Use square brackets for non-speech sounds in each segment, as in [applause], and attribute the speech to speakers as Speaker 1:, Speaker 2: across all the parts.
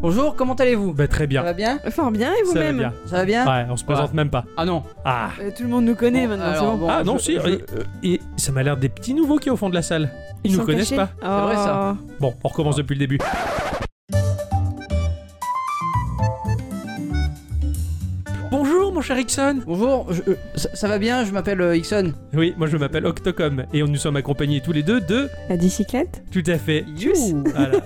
Speaker 1: Bonjour, comment allez-vous
Speaker 2: Bah, très
Speaker 1: Ça
Speaker 2: bien.
Speaker 1: va bien Ah.
Speaker 3: Fort bien et
Speaker 2: Ça va
Speaker 3: vous-même
Speaker 2: bien.
Speaker 1: Ça va bien
Speaker 2: Ouais, on se présente même pas.
Speaker 1: Ah non
Speaker 2: Ah.
Speaker 3: Euh, Tout le monde nous connaît
Speaker 1: Bon,
Speaker 3: maintenant, c'est
Speaker 1: alors,
Speaker 3: bon.
Speaker 1: bon,
Speaker 2: ah non,
Speaker 1: je-
Speaker 2: si.
Speaker 1: je-
Speaker 2: euh, euh, et ça m'a l'air des petits nouveaux qui est au fond de la salle. Ils, nous
Speaker 3: sont
Speaker 2: connaissent
Speaker 3: cachés.
Speaker 2: pas.
Speaker 1: vrai, ça.
Speaker 3: Oh.
Speaker 2: Bon, on recommence depuis le début. Bonjour mon cher Ixon
Speaker 1: Bonjour, je- euh, ça, ça va bien, je m'appelle euh, Ixon.
Speaker 2: Oui, moi je m'appelle Octocom et nous sommes accompagnés tous les deux de...
Speaker 3: La bicyclette
Speaker 2: Tout à fait.
Speaker 3: Yes.
Speaker 1: Youhou.
Speaker 2: Voilà.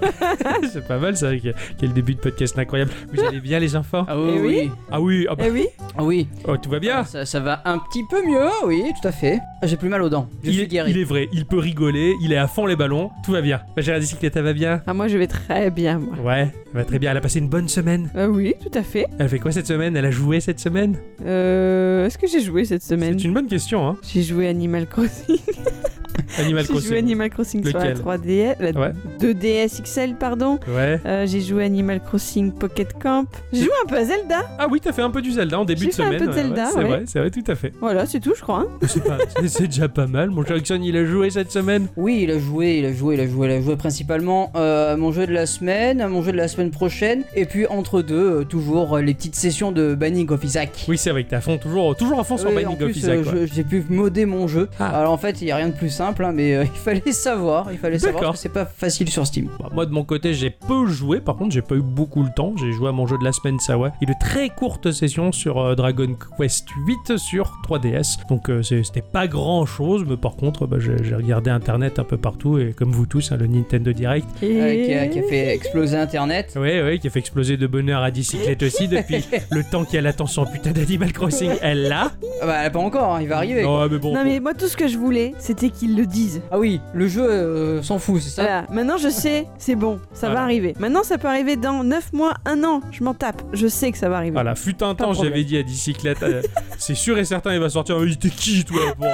Speaker 2: C'est pas mal ça, quel quel début de podcast incroyable. Vous allez bien les enfants
Speaker 1: Ah oui,
Speaker 3: Eh
Speaker 1: oui.
Speaker 2: Ah oui, ah bah,
Speaker 3: Eh oui
Speaker 1: Ah oui.
Speaker 2: oh, tout va bien
Speaker 1: Ça, ça va un petit peu mieux, oui, tout à fait. Ah, J'ai plus mal aux dents. Je
Speaker 2: il,
Speaker 1: suis
Speaker 2: est-
Speaker 1: guéri.
Speaker 2: il est vrai, il peut rigoler, il est à fond les ballons, tout va bien. Ma chère bicyclette, va bien
Speaker 3: Ah moi je vais très bien moi.
Speaker 2: Ouais, elle va très bien, elle a passé une bonne semaine.
Speaker 3: Ah oui, tout à fait.
Speaker 2: Elle fait quoi cette semaine Elle a joué cette semaine
Speaker 3: Euh, Est-ce que j'ai joué cette semaine
Speaker 2: C'est une bonne question, hein
Speaker 3: J'ai joué Animal Crossing.
Speaker 2: [laughs] Animal
Speaker 3: [laughs] j'ai joué
Speaker 2: Crossing.
Speaker 3: Animal Crossing
Speaker 2: Lequel
Speaker 3: sur la 3DS, la
Speaker 2: Ouais.
Speaker 3: 2DS XL pardon.
Speaker 2: Ouais.
Speaker 3: Euh, j'ai joué Animal Crossing Pocket Camp. J'ai joué un peu à Zelda.
Speaker 2: Ah oui, t'as fait un peu du Zelda en début
Speaker 3: J'ai
Speaker 2: de
Speaker 3: fait un
Speaker 2: semaine.
Speaker 3: peu de Zelda,
Speaker 2: c'est
Speaker 3: ouais.
Speaker 2: vrai, c'est vrai, tout à fait.
Speaker 3: Voilà, c'est tout je crois. hein.
Speaker 2: C'est pas- c'est- c'est déjà pas mal. Mon cher Jackson, il a joué cette semaine.
Speaker 1: Oui, il a joué, il a joué, il a joué, il a joué principalement euh, à mon jeu de la semaine, à mon jeu de la semaine prochaine, et puis entre deux, euh, toujours euh, les petites sessions de Banning of Isaac.
Speaker 2: Oui, c'est vrai que t'es à fond, toujours, toujours à fond sur
Speaker 1: Oui, en
Speaker 2: Binding of
Speaker 1: plus,
Speaker 2: Isaac.
Speaker 1: euh,
Speaker 2: quoi.
Speaker 1: je- j'ai pu modder mon jeu.
Speaker 2: Ah.
Speaker 1: Alors en fait, il n'y a rien de plus simple, hein, mais euh, [laughs] il fallait savoir, il fallait savoir
Speaker 2: D'accord.
Speaker 1: parce que c'est pas facile sur Steam.
Speaker 2: Bah, moi de mon côté j'ai peu joué, par contre j'ai pas eu beaucoup le temps, j'ai joué à mon jeu de la semaine ça ouais. Une très courte session sur euh, Dragon Quest 8 sur 3DS, donc euh, c'est- c'était pas grand chose, mais par contre bah, j'ai j'ai regardé internet un peu partout et comme vous tous hein, le Nintendo Direct,
Speaker 3: Et...
Speaker 1: Euh, qui, a, qui a fait exploser Internet.
Speaker 2: ouais ouais qui a fait exploser de bonheur à bicyclette aussi depuis le temps qu'il y a l'attention putain d'Animal Crossing, elle l'a.
Speaker 1: [laughs] Ah bah pas encore, hein, il va arriver. quoi.
Speaker 2: Ouais mais bon.
Speaker 3: Non mais moi tout ce que je voulais, c'était qu'ils le disent.
Speaker 1: Ah oui, le jeu euh, s'en fout, c'est ça
Speaker 3: Voilà, maintenant je sais, c'est bon, ça
Speaker 2: Voilà.
Speaker 3: va arriver. Maintenant ça peut arriver dans 9 mois, 1 an, je m'en tape, je sais que ça va arriver.
Speaker 2: Voilà, fut un
Speaker 3: de
Speaker 2: temps
Speaker 3: problème.
Speaker 2: j'avais dit à bicyclette euh, c'est sûr et certain il va sortir, il était qui toi pour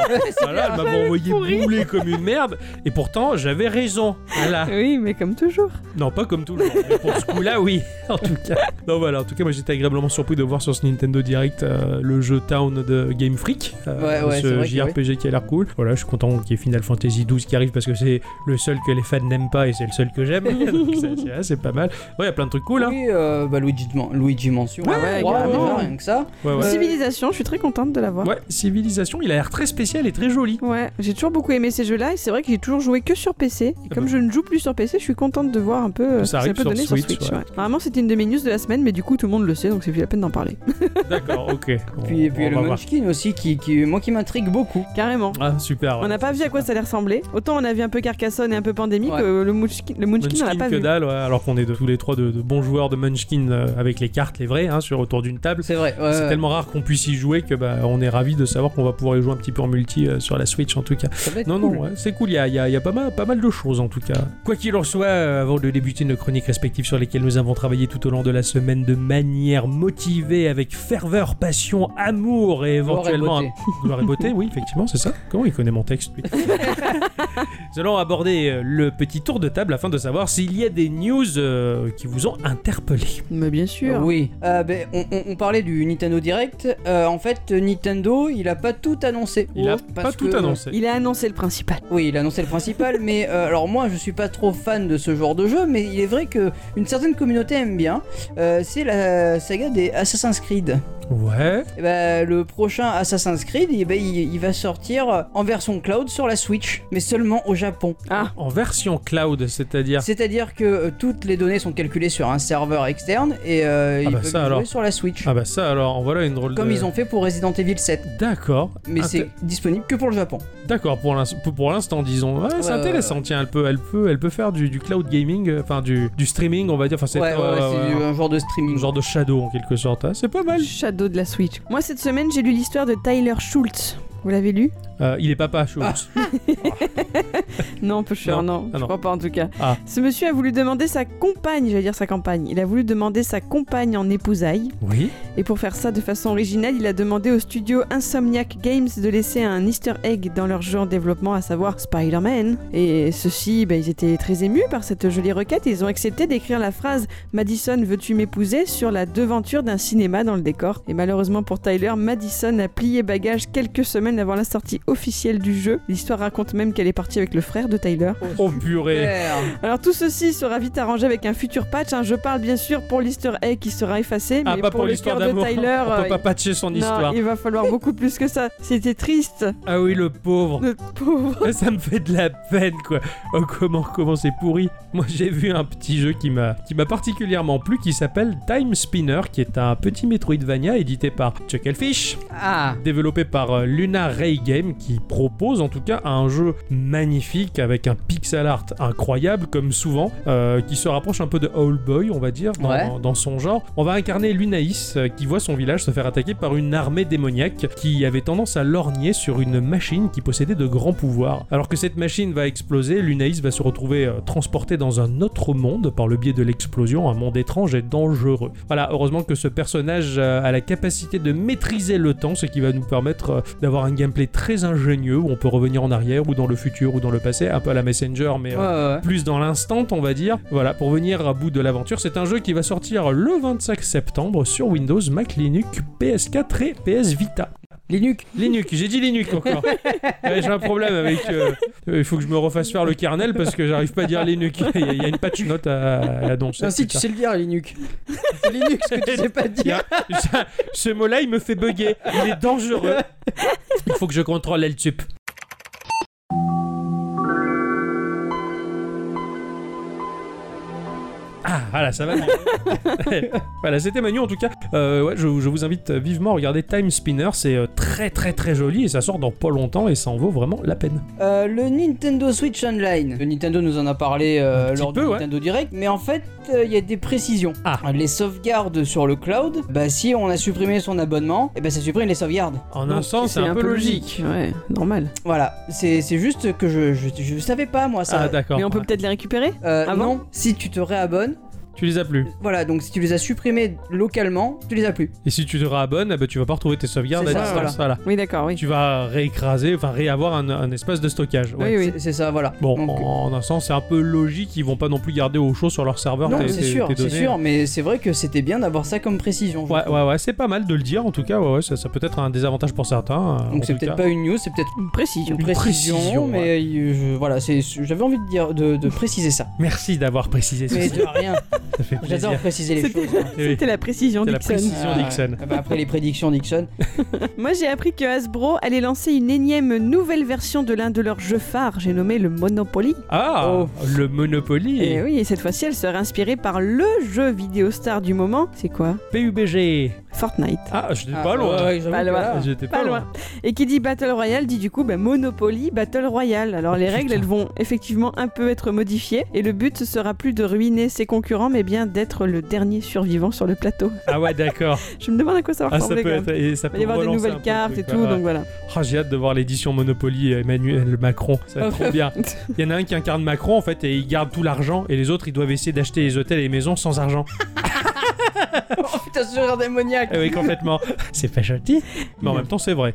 Speaker 2: Voilà, elle m'a envoyé
Speaker 3: pourri.
Speaker 2: bouler comme une merde. Et pourtant, j'avais raison. Voilà.
Speaker 3: [laughs] Oui, mais comme toujours.
Speaker 2: Non, pas comme tout le monde. Mais pour ce coup-là, oui. En tout cas. Non, voilà. En tout cas, moi, j'étais agréablement surpris de voir sur ce Nintendo Direct euh, le jeu Town de Game Freak. euh,
Speaker 1: Ouais, ouais, c'est
Speaker 2: ce
Speaker 1: vrai que
Speaker 2: JRPG qui a l'air cool. Voilà, je suis content qu'il y ait Final Fantasy XII qui arrive parce que c'est le seul que les fans n'aiment pas et c'est le seul que j'aime. [laughs] Donc, c'est- c'est- c'est pas mal. Ouais, il y a plein de trucs cool. Hein.
Speaker 1: Oui, euh, bah Luigi, de- Luigi Mansion.
Speaker 3: Ah ouais, carrément.
Speaker 1: déjà, rien que ça.
Speaker 2: Ouais, ouais.
Speaker 1: Euh,
Speaker 3: Civilisation, je suis très contente de l'avoir.
Speaker 2: Ouais, Civilisation, il a l'air très spécial et très joli.
Speaker 3: Ouais, j'ai toujours beaucoup aimé ces jeux-là et c'est vrai que j'ai toujours joué que sur PC. Et
Speaker 2: Ah
Speaker 3: comme
Speaker 2: bah.
Speaker 3: je ne joue plus sur PC, je suis contente de voir un peu euh,
Speaker 2: Ça
Speaker 3: ce que ça
Speaker 2: arrive
Speaker 3: peut
Speaker 2: sur
Speaker 3: donner
Speaker 2: Switch,
Speaker 3: sur Switch.
Speaker 2: ouais.
Speaker 3: ouais. Normalement, c'était une des mes news de la semaine, mais du coup, tout le monde le sait, donc c'est plus la peine d'en parler. [laughs]
Speaker 2: D'accord, ok.
Speaker 1: Puis, et
Speaker 2: On-
Speaker 1: puis
Speaker 2: on
Speaker 1: le
Speaker 2: va voir.
Speaker 1: Munchkin aussi, qui, qui, moi qui m'intrigue beaucoup.
Speaker 3: Carrément.
Speaker 2: Ah, super.
Speaker 3: On n'a pas vu à quoi ça allait ressembler. Autant on a vu un peu Carcassonne et un peu Pandémie
Speaker 1: Ouais.
Speaker 3: que le Munchkin, le Munchkin, on l'a
Speaker 2: Munchkin
Speaker 3: pas
Speaker 2: que
Speaker 3: vu.
Speaker 2: dalle, ouais, alors qu'on est de, tous les trois de, de bons joueurs de Munchkin euh, avec les cartes, les vrais, hein, sur autour d'une table.
Speaker 1: C'est vrai. ouais,
Speaker 2: C'est
Speaker 1: ouais.
Speaker 2: tellement rare qu'on puisse y jouer que bah, on est ravi de savoir qu'on va pouvoir y jouer un petit peu en multi euh, sur la Switch en tout cas.
Speaker 1: Ça va être
Speaker 2: Non,
Speaker 1: cool.
Speaker 2: non, ouais, c'est cool, il y a, il y a- il y a pas, mal, pas mal de choses en tout cas. Quoi qu'il en soit, euh, avant de débuter nos chroniques respectives sur lesquelles nous avons travaillé tout au long de la semaine de manière motivée, avec ferveur, passion, amour et
Speaker 1: Gloire et
Speaker 2: éventuellement hein. un
Speaker 1: beauté.
Speaker 2: Gloire et beauté, oui, effectivement, c'est ça. Comment il connaît mon texte,
Speaker 1: [laughs]
Speaker 2: lui Nous allons aborder euh, le petit tour de table afin de savoir s'il y a des news euh, qui vous ont interpellé.
Speaker 3: Mais bien
Speaker 1: Euh,
Speaker 2: Ah
Speaker 3: sûr.
Speaker 1: Oui, Euh, ben, on, on- on parlait du Nintendo Direct. Euh, en fait, Nintendo, il a pas tout annoncé.
Speaker 2: Il a
Speaker 1: Oh,
Speaker 2: pas
Speaker 1: parce
Speaker 2: tout
Speaker 1: que-
Speaker 2: annoncé.
Speaker 3: Il a annoncé le principal.
Speaker 1: Oui, il a annoncé
Speaker 2: [laughs]
Speaker 1: le principal, mais euh, alors moi, je suis pas trop fan de ce genre de jeu, mais il est vrai que une certaine communauté aime bien. Euh, c'est la saga des Assassin's Creed.
Speaker 2: Ouais,
Speaker 1: Eh ben, le prochain Assassin's Creed, eh ben, il, il va sortir en version cloud sur la Switch, mais seulement au Japon.
Speaker 3: Ah,
Speaker 2: en version cloud, c'est-à-dire.
Speaker 1: C'est-à-dire que euh, toutes les données sont calculées sur un serveur externe et euh,
Speaker 2: Ah
Speaker 1: ils
Speaker 2: bah
Speaker 1: peuvent
Speaker 2: ça
Speaker 1: jouer
Speaker 2: alors.
Speaker 1: sur la Switch.
Speaker 2: Ah bah ça alors, en voilà une drôle
Speaker 1: Comme
Speaker 2: de.
Speaker 1: ils ont fait pour Resident Evil 7.
Speaker 2: D'accord.
Speaker 1: Mais
Speaker 2: Inté-
Speaker 1: c'est disponible que pour le Japon.
Speaker 2: D'accord pour l'inst- pour- pour l'instant disons. Ouais, c'est
Speaker 1: Ouais, ouais,
Speaker 2: intéressant. Tiens, elle peut elle peut elle peut faire du, du cloud gaming, euh, enfin du, du streaming, on va dire. Enfin c'est
Speaker 1: Ouais, ouais, ouais, c'est
Speaker 2: ouais, ouais.
Speaker 1: un genre de streaming.
Speaker 2: un genre de shadow en quelque sorte. hein. C'est pas mal.
Speaker 3: Shadow de la Switch. Moi, cette semaine, j'ai lu l'histoire de Tyler Schultz. Vous l'avez lu
Speaker 2: Euh, il est papa, Schultz.
Speaker 1: Ah.
Speaker 3: Non, peu cher, non.
Speaker 2: Ah,
Speaker 3: je
Speaker 2: non.
Speaker 3: crois pas en tout cas.
Speaker 2: Ah.
Speaker 3: Ce monsieur a voulu demander sa compagne, j'allais dire sa campagne. Il a voulu demander sa compagne en épousaille.
Speaker 2: Oui.
Speaker 3: Et Et pour faire ça de façon originale, il a demandé au studio Insomniac Games de laisser un easter egg dans leur jeu en développement, à savoir Spider-Man. Et ceux-ci, bah, ils étaient très émus par cette jolie requête et ils ont accepté d'écrire la phrase Madison, veux-tu m'épouser sur la devanture d'un cinéma dans le décor. Et malheureusement pour Tyler, Madison a plié bagage quelques semaines avant la sortie officielle du jeu. L'histoire raconte même qu'elle est partie avec le frère de Tyler.
Speaker 2: Oh purée
Speaker 1: Super.
Speaker 3: Alors tout ceci sera vite arrangé avec un futur patch. hein. Je parle bien sûr pour l'Easter egg qui sera effacé,
Speaker 2: Ah,
Speaker 3: mais
Speaker 2: pas
Speaker 3: pour,
Speaker 2: pour
Speaker 3: le
Speaker 2: l'histoire
Speaker 3: cœur de
Speaker 2: d'amour.
Speaker 3: Tyler,
Speaker 2: [laughs] On
Speaker 3: euh,
Speaker 2: peut pas patcher son
Speaker 3: non,
Speaker 2: histoire.
Speaker 3: il va falloir beaucoup plus que ça. C'était triste,
Speaker 2: Ah oui, le pauvre.
Speaker 3: notre
Speaker 2: [laughs]
Speaker 3: pauvre.
Speaker 2: Ça me fait de la peine, quoi. Oh, comment comment c'est pourri. Moi, j'ai vu un petit jeu qui m'a qui m'a particulièrement plu, qui s'appelle Time Spinner, qui est un petit Metroidvania édité par Chucklefish,
Speaker 1: Ah,
Speaker 2: développé par euh, Luna Ray Game, qui propose en tout cas un jeu magnifique avec un pixel art incroyable, comme souvent, euh, qui se rapproche un peu de Old Boy, on va dire, dans,
Speaker 1: Ouais.
Speaker 2: dans son genre. On va incarner Lunaïs, euh, qui voit son village se faire attaquer par une armée démoniaque qui avait tendance à lorgner sur une machine qui possédait de grands pouvoirs. Alors que cette machine va exploser, Lunaïs va se retrouver euh, transportée dans un autre monde par le biais de l'explosion, un monde étrange et dangereux. Voilà, heureusement que ce personnage euh, a la capacité de maîtriser le temps, ce qui va nous permettre euh, d'avoir un gameplay très ingénieux où on peut revenir en arrière ou dans le futur ou dans le passé, un peu à la Messenger, mais euh,
Speaker 1: ouais, ouais.
Speaker 2: plus dans l'instant, on va dire. Voilà, pour venir à bout de l'aventure, c'est un jeu qui va sortir le 25 septembre sur Windows, Mac, Linux, PS4 et PS Vita.
Speaker 1: Linux.
Speaker 2: Linux, j'ai dit Linux encore. Ouais, j'ai un problème avec. euh, euh, Il faut que je me refasse faire le carnel parce que j'arrive pas à dire Linux. [laughs] Il y a- il y a une patch note à, à annoncer.
Speaker 1: Ah, si, tu sais le dire, Linux. C'est Linux que tu sais pas
Speaker 2: Il y
Speaker 1: dire.
Speaker 2: a- ça- ce mot-là, il me fait bugger. Il est dangereux. Il faut que je contrôle LTUP. Ah, voilà, ça va. mieux. voilà, c'était Manu en tout cas. Euh, ouais, je, je vous invite vivement à regarder Time Spinner. C'est euh, très très très joli et ça sort dans pas longtemps et ça en vaut vraiment la peine.
Speaker 1: Euh, le Nintendo Switch Online. Le Nintendo nous en a parlé euh,
Speaker 2: Un petit
Speaker 1: lors
Speaker 2: peu,
Speaker 1: du
Speaker 2: ouais.
Speaker 1: Nintendo Direct, mais en fait, euh, il y a des précisions.
Speaker 2: Ah.
Speaker 1: Les sauvegardes sur le cloud, bah si on a supprimé son abonnement, et ben ça supprime les sauvegardes.
Speaker 2: En un sens, hein. c'est un, peu logique.
Speaker 3: Ouais, normal.
Speaker 1: Voilà, c'est c'est juste que je, je, je savais pas moi ça.
Speaker 2: Ah, d'accord.
Speaker 3: Mais on peut peut-être les récupérer
Speaker 1: Euh,
Speaker 3: Ah bon
Speaker 1: non, si tu te réabonnes,
Speaker 2: Tu les as plus.
Speaker 1: voilà, donc si tu les as supprimés localement, tu les as plus.
Speaker 2: Et si tu te réabonnes, eh ben, tu vas pas retrouver tes sauvegardes à
Speaker 1: C'est ça,
Speaker 2: distance.
Speaker 1: voilà.
Speaker 2: Voilà.
Speaker 3: Oui, d'accord, oui.
Speaker 2: tu vas réécraser, enfin réavoir un, un espace de stockage. ouais.
Speaker 3: Oui, oui.
Speaker 1: C'est- C'est ça, voilà.
Speaker 2: Bon,
Speaker 1: Donc,
Speaker 2: en un sens, c'est un peu logique, ils vont pas non plus garder au chaud sur leur serveur
Speaker 1: non,
Speaker 2: Oh, tes-
Speaker 1: c'est
Speaker 2: tes-
Speaker 1: sûr,
Speaker 2: tes
Speaker 1: c'est
Speaker 2: données.
Speaker 1: sûr, mais c'est vrai que c'était bien d'avoir ça comme précision. je
Speaker 2: Ouais,
Speaker 1: trouve.
Speaker 2: ouais, ouais, c'est pas mal de le dire en tout cas, ouais, ouais, ça, ça peut être un désavantage pour certains. euh, en
Speaker 1: Donc c'est
Speaker 2: tout
Speaker 1: peut-être
Speaker 2: cas.
Speaker 1: pas une news, c'est peut-être
Speaker 3: Une précision.
Speaker 1: une
Speaker 2: Une
Speaker 1: précision,
Speaker 2: précision,
Speaker 1: mais euh, je- voilà, c'est- j'avais envie de dire de, de préciser ça.
Speaker 2: Merci d'avoir précisé
Speaker 1: Mais
Speaker 2: ceci,
Speaker 1: de [laughs] rien,
Speaker 2: ça fait plaisir.
Speaker 1: j'adore préciser les
Speaker 3: C'était
Speaker 1: choses.
Speaker 2: Oui.
Speaker 3: c'était la précision,
Speaker 2: C'est la
Speaker 3: Dixon.
Speaker 2: précision. Dixon.
Speaker 1: Ah bah après les prédictions Dixon.
Speaker 3: [laughs] Moi, j'ai appris que Hasbro allait lancer une énième nouvelle version de l'un de leurs jeux phares, j'ai nommé le Monopoly.
Speaker 2: Ah,
Speaker 1: Oh. Eh
Speaker 2: le Monopoly
Speaker 3: Et oui, et cette fois-ci, elle serait inspirée par le jeu vidéo star du moment. C'est quoi
Speaker 2: PUBG.
Speaker 3: Fortnite.
Speaker 2: Ah, j'étais
Speaker 1: Ah,
Speaker 2: pas loin.
Speaker 1: ouais, j'avoue
Speaker 3: Pas
Speaker 1: que
Speaker 3: loin.
Speaker 1: là-
Speaker 2: J'étais pas,
Speaker 3: Pas
Speaker 2: loin.
Speaker 3: loin. Et qui dit Battle Royale dit du coup bah, Monopoly Battle Royale. Alors
Speaker 2: Oh,
Speaker 3: les
Speaker 2: Putain.
Speaker 3: règles, elles vont effectivement un peu être modifiées. Et le but, ce sera plus de ruiner ses concurrents, mais bien d'être le dernier survivant sur le plateau. [laughs]
Speaker 2: Ah ouais, d'accord.
Speaker 3: Je me demande à quoi ça va
Speaker 2: ah, ça
Speaker 3: ressembler
Speaker 2: peut
Speaker 3: quand même.
Speaker 2: être. Et ça
Speaker 3: Il va
Speaker 2: peut
Speaker 3: y avoir des
Speaker 2: relancer un peu
Speaker 3: nouvelles
Speaker 2: le
Speaker 3: cartes et
Speaker 2: truc,
Speaker 3: tout,
Speaker 2: ouais.
Speaker 3: donc voilà.
Speaker 2: Ah, j'ai hâte de voir l'édition Monopoly euh, Emmanuel Macron, ça va être trop [laughs] bien. Il y en a un qui incarne Macron en fait et il garde tout l'argent et les autres ils doivent essayer d'acheter les hôtels et les maisons sans argent.
Speaker 1: [laughs] Oh putain, ce rire démoniaque.
Speaker 2: Eh oui complètement. [laughs] C'est pas gentil, mais en même temps c'est vrai.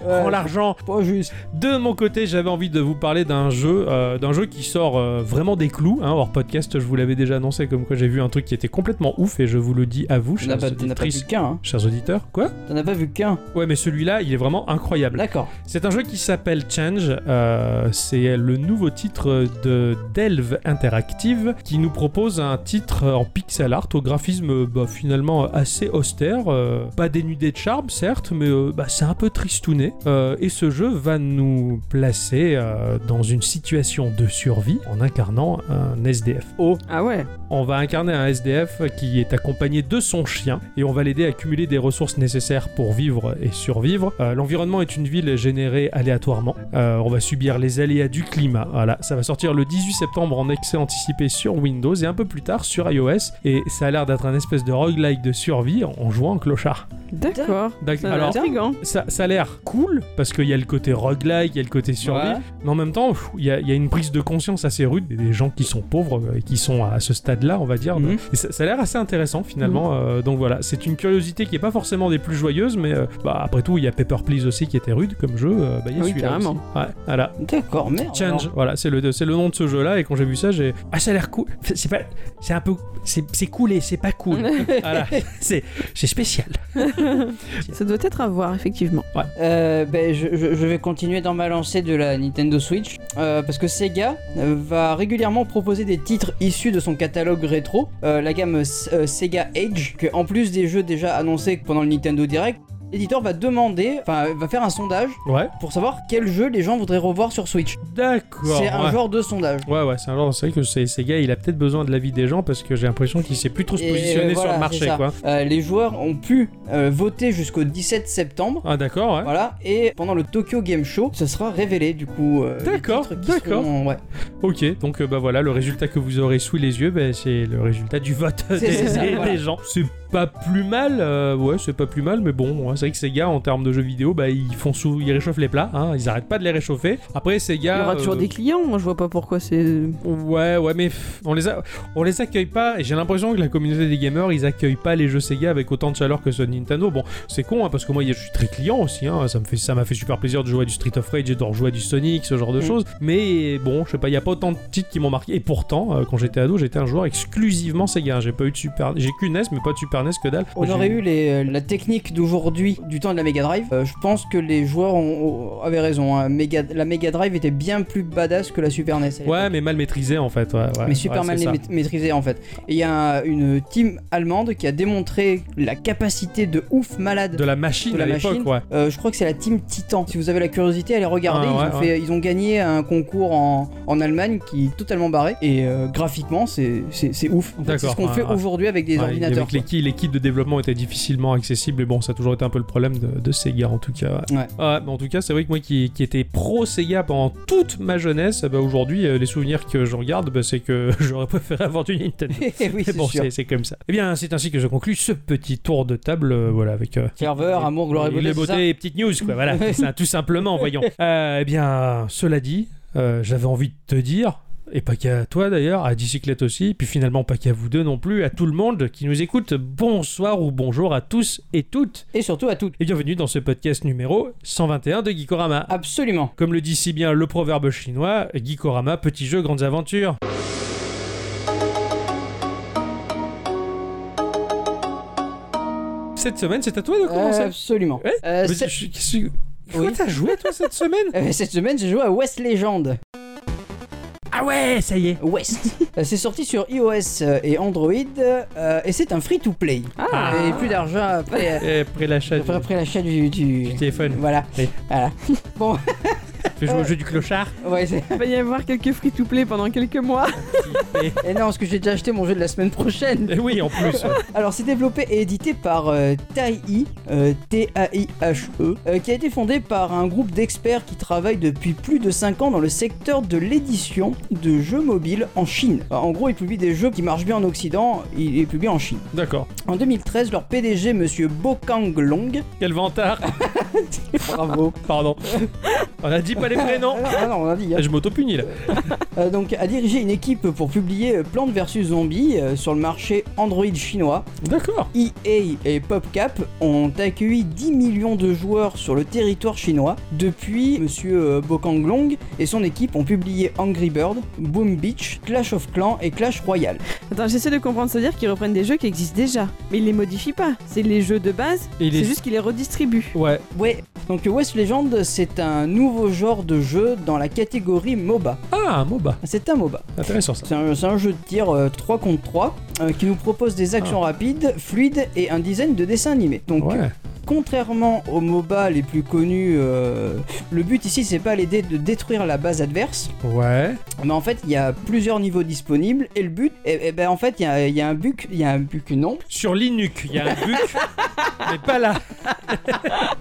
Speaker 2: Prends l'argent.
Speaker 1: Pas juste.
Speaker 2: De mon côté j'avais envie de vous parler d'un jeu, euh, d'un jeu qui sort euh, vraiment des clous. Hein, hors podcast je vous l'avais déjà annoncé comme quoi j'ai vu un truc qui était complètement ouf et je vous le dis à vous,
Speaker 1: T'en as
Speaker 2: chers
Speaker 1: pas, t'en as pas vu
Speaker 2: auditrices,
Speaker 1: qu'un, hein.
Speaker 2: chers auditeurs. Quoi
Speaker 1: T'en as pas vu qu'un.
Speaker 2: Ouais mais celui-là il est vraiment incroyable.
Speaker 1: D'accord.
Speaker 2: C'est un jeu qui s'appelle Change. euh, c'est le nouveau titre de Delve Interactive qui nous propose un titre en pixel art au graphisme euh, bah, finalement euh, assez austère, euh, pas dénudé de charme certes, mais euh, bah, c'est un peu tristouné. Euh, et ce jeu va nous placer euh, dans une situation de survie en incarnant un SDF. Oh
Speaker 3: Ah ouais
Speaker 2: on va incarner un SDF qui est accompagné de son chien et on va l'aider à cumuler des ressources nécessaires pour vivre et survivre. Euh, L'environnement est une ville générée aléatoirement. Euh, on va subir les aléas du climat. Voilà, ça va sortir le 18 septembre en accès anticipé sur Windows et un peu plus tard sur iOS. Et c'est ça a l'air d'être un espèce de roguelike de survie en- en jouant un clochard.
Speaker 3: D'accord.
Speaker 2: D'ac-
Speaker 3: Ça a l'air
Speaker 2: Alors,
Speaker 3: intriguant.
Speaker 2: ça, ça a l'air cool parce qu'il y a le côté roguelike, il y a le côté survie,
Speaker 1: Ouais.
Speaker 2: mais en même temps, pff, il y, a- il y a une prise de conscience assez rude des- des gens qui sont pauvres euh, et qui sont à ce stade-là, on va dire.
Speaker 1: Mhm.
Speaker 2: Et ça, ça a l'air assez intéressant finalement. euh, donc voilà, c'est une curiosité qui est pas forcément des plus joyeuses, mais euh, bah, après tout, il y a Paper Please aussi qui était rude comme jeu. euh, bah, il y a
Speaker 3: Oui,
Speaker 2: celui-là
Speaker 3: carrément.
Speaker 2: aussi. Ouais, voilà.
Speaker 1: D'accord, merde.
Speaker 2: Change, voilà, c'est le, c'est le nom de ce jeu-là, et quand j'ai vu ça, j'ai. Ah, ça a l'air cool. C'est pas. C'est un peu. C'est c'est coolé, c'est pas cool.
Speaker 1: [laughs]
Speaker 2: voilà, c'est c'est spécial.
Speaker 3: [laughs] Ça doit être à voir, effectivement.
Speaker 1: Euh, ben, je, je- je vais continuer dans ma lancée de la Nintendo Switch euh, parce que Sega euh, va régulièrement proposer des titres issus de son catalogue rétro, euh, la gamme S- euh, Sega Age, que en plus des jeux déjà annoncés pendant le Nintendo Direct, l'éditeur va demander, enfin va faire un sondage
Speaker 2: Ouais,
Speaker 1: pour savoir quel jeu les gens voudraient revoir sur Switch.
Speaker 2: d'accord.
Speaker 1: C'est un
Speaker 2: ouais.
Speaker 1: genre de sondage.
Speaker 2: Ouais, ouais, c'est un genre, c'est vrai que c'est- Sega, il a peut-être besoin de l'avis des gens parce que j'ai l'impression qu'il s'est plus trop se
Speaker 1: Et,
Speaker 2: positionner
Speaker 1: euh,
Speaker 2: sur
Speaker 1: voilà,
Speaker 2: le
Speaker 1: c'est
Speaker 2: marché,
Speaker 1: ça.
Speaker 2: quoi.
Speaker 1: Euh, les joueurs ont pu euh, voter jusqu'au 17 septembre.
Speaker 2: Ah, d'accord, ouais.
Speaker 1: Voilà, et pendant le Tokyo Game Show, ce sera révélé du coup. euh, les
Speaker 2: D'accord,
Speaker 1: titres qui
Speaker 2: d'accord.
Speaker 1: seront- ouais.
Speaker 2: Ok, donc euh, bah voilà, le résultat que vous aurez sous les yeux, bah, c'est le résultat du vote des,
Speaker 1: C'est- c'est ça,
Speaker 2: des-
Speaker 1: voilà.
Speaker 2: des gens. C'est pas plus mal, euh, ouais, c'est pas plus mal, mais bon, ouais, c'est vrai que Sega, en termes de jeux vidéo, bah, ils font sous, ils réchauffent les plats, hein, ils arrêtent pas de les réchauffer. Après, Sega.
Speaker 3: Il y aura toujours
Speaker 2: euh,
Speaker 3: des clients, moi je vois pas
Speaker 2: [laughs]
Speaker 3: pourquoi c'est. euh,
Speaker 2: Ouais, ouais, mais pff, on les, a... on les accueille pas, et j'ai l'impression que la communauté des gamers, ils accueillent pas les jeux Sega avec autant de chaleur que ceux de Nintendo. Bon, c'est con, hein, parce que moi, je suis très client aussi, hein, ça m'a fait... ça m'a fait super plaisir de jouer à du Street of Rage et de rejouer à du Sonic, ce genre de
Speaker 1: Mm.
Speaker 2: choses, mais bon, je sais pas, il y a pas autant de titres qui m'ont marqué, et pourtant, euh, quand j'étais ado, j'étais un joueur exclusivement Sega, hein, j'ai pas eu de Super... J'ai qu'une NES, mais pas de Super NES que dalle.
Speaker 1: On
Speaker 2: J'ai-
Speaker 1: aurait eu les- euh, la technique d'aujourd'hui du temps de la Mega Drive. Euh, je pense que les joueurs ont- ont- avaient raison. hein. Mega- la Mega Drive était bien plus badass que la Super NES. à l'époque.
Speaker 2: Ouais, mais mal maîtrisé, en fait, ouais, ouais,
Speaker 1: mais super
Speaker 2: ouais,
Speaker 1: mal
Speaker 2: c'est ça.
Speaker 1: maît- maîtrisé en fait. Et il y a une team allemande qui a démontré la capacité de ouf malade.
Speaker 2: De la machine
Speaker 1: de la
Speaker 2: à l'époque,
Speaker 1: machine.
Speaker 2: ouais.
Speaker 1: Euh, je crois que c'est la team Titan. Si vous avez la curiosité, allez regarder.
Speaker 2: Ah,
Speaker 1: ils,
Speaker 2: ouais,
Speaker 1: ont
Speaker 2: ouais.
Speaker 1: fait- ils ont gagné un concours en, en Allemagne qui est totalement barré. Et euh, graphiquement, c'est c'est- c'est ouf. En fait, C'est
Speaker 2: D'accord,
Speaker 1: ce qu'on
Speaker 2: ouais,
Speaker 1: fait
Speaker 2: ouais.
Speaker 1: aujourd'hui avec des
Speaker 2: Ouais,
Speaker 1: ordinateurs.
Speaker 2: avec l'équipe, l'équipe de développement était difficilement accessible, et bon, ça a toujours été un peu le problème de, de Sega en tout cas. Ah,
Speaker 1: Ouais.
Speaker 2: mais en tout cas, c'est vrai que moi qui, qui étais pro Sega pendant toute ma jeunesse, eh ben, aujourd'hui, euh, les souvenirs que je regarde, bah, c'est que [laughs] j'aurais préféré avoir du Nintendo.
Speaker 1: quoi. [laughs] oui,
Speaker 2: Mais
Speaker 1: c'est
Speaker 2: bon,
Speaker 1: sûr.
Speaker 2: c'est c'est comme ça. Eh bien, c'est ainsi que je conclue ce petit tour de table, euh, voilà, avec euh,
Speaker 1: Ferveur, amour, gloire et
Speaker 2: les
Speaker 1: beauté. c'est ça
Speaker 2: beautés et petites news, quoi.
Speaker 1: [laughs]
Speaker 2: Voilà, c'est ça, tout simplement, voyons. Euh, eh bien, cela dit, euh, j'avais envie de te dire. Et pas qu'à toi d'ailleurs, à Dicyclette aussi, puis finalement pas qu'à vous deux non plus, à tout le monde qui nous écoute, bonsoir ou bonjour à tous et toutes,
Speaker 1: Et surtout à toutes.
Speaker 2: et bienvenue dans ce podcast numéro 121 de Geekorama.
Speaker 1: Absolument.
Speaker 2: Comme le dit si bien le proverbe chinois, Geekorama, petit jeu, grandes aventures. Cette semaine, c'est à toi de
Speaker 1: Euh,
Speaker 2: commencer.
Speaker 1: absolument.
Speaker 2: Ouais.
Speaker 1: Euh,
Speaker 2: Mais
Speaker 1: c'est-
Speaker 2: je- qu'est-ce que- Quoi
Speaker 1: Oui.
Speaker 2: t'as joué toi cette semaine
Speaker 1: Euh, cette semaine, j'ai joué à West Legend.
Speaker 2: Ah ouais, ça y est.
Speaker 1: West. Euh, c'est sorti sur iOS euh, et Android euh, et c'est un free-to-play.
Speaker 3: Ah,
Speaker 1: Et plus d'argent après,
Speaker 2: Et Eh, après l'achat du,
Speaker 1: après, Ah. après l'achat du, du-
Speaker 2: du
Speaker 1: [laughs]
Speaker 2: téléphone,
Speaker 1: Voilà.
Speaker 2: Oui.
Speaker 1: voilà.
Speaker 2: fais jouer au jeu du clochard.
Speaker 1: Ouais, c'est- [laughs]
Speaker 3: il va y avoir quelques free-to-play pendant quelques mois.
Speaker 1: et non, parce que j'ai déjà acheté mon jeu de la semaine prochaine.
Speaker 2: Et oui, en plus.
Speaker 1: Alors, c'est développé et édité par euh, TAIHE, euh, T-A-I-H-E, euh, qui a été fondé par un groupe d'experts qui travaillent depuis plus de 5 ans dans le secteur de l'édition de jeux mobiles en Chine. Euh, En gros, ils publient des jeux qui marchent bien en Occident, ils les publient en Chine.
Speaker 2: [laughs] D'accord.
Speaker 1: En 2013, leur PDG, monsieur Bo Kang Long,
Speaker 2: Quel vantard.
Speaker 1: [laughs] bravo.
Speaker 2: Pardon. On a dit pas les prénoms.
Speaker 1: [laughs] Ah non, on a dit, hein.
Speaker 2: Je m'autopunis là.
Speaker 1: Euh, donc, a dirigé une équipe pour publier euh, Plants vs Zombies euh, sur le marché Android chinois.
Speaker 2: D'accord.
Speaker 1: EA E et PopCap ont accueilli 10 millions de joueurs sur le territoire chinois. Depuis, monsieur euh, Bokanglong et son équipe ont publié Angry Bird, Boom Beach, Clash of Clans et Clash Royale.
Speaker 3: Attends, j'essaie de comprendre, ça veut dire qu'ils reprennent des jeux qui existent déjà, mais ils les modifient pas. C'est les jeux de base,
Speaker 2: Et il est-
Speaker 3: c'est juste qu'ils les redistribuent.
Speaker 2: Ouais.
Speaker 1: Ouais, donc euh, West Legend, c'est un nouveau genre de jeu dans la catégorie MOBA.
Speaker 2: Ah, un MOBA.
Speaker 1: C'est un MOBA.
Speaker 2: Intéressant ça.
Speaker 1: C'est un, c'est un jeu de tir euh, 3 contre 3 euh, qui nous propose des actions rapides, fluides et un design de dessin animé. Donc
Speaker 2: Ouais.
Speaker 1: Contrairement aux MOBA les plus connus, euh, le but ici c'est pas l'idée de détruire la base adverse,
Speaker 2: Ouais.
Speaker 1: mais en fait il y a plusieurs niveaux disponibles et le but, et, ben en fait il y a, il y a un but, il y a un but non,
Speaker 2: Sur Linux, il y a un buc, mais pas là.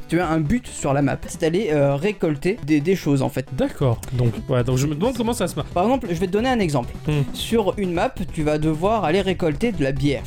Speaker 1: tu as un but sur la map, c'est d'aller euh, récolter des, des choses en fait.
Speaker 2: D'accord. Donc, ouais, donc je me demande comment ça se marche.
Speaker 1: Par exemple, je vais te donner un exemple.
Speaker 2: Hmm.
Speaker 1: Sur une map, tu vas devoir aller récolter de la bière.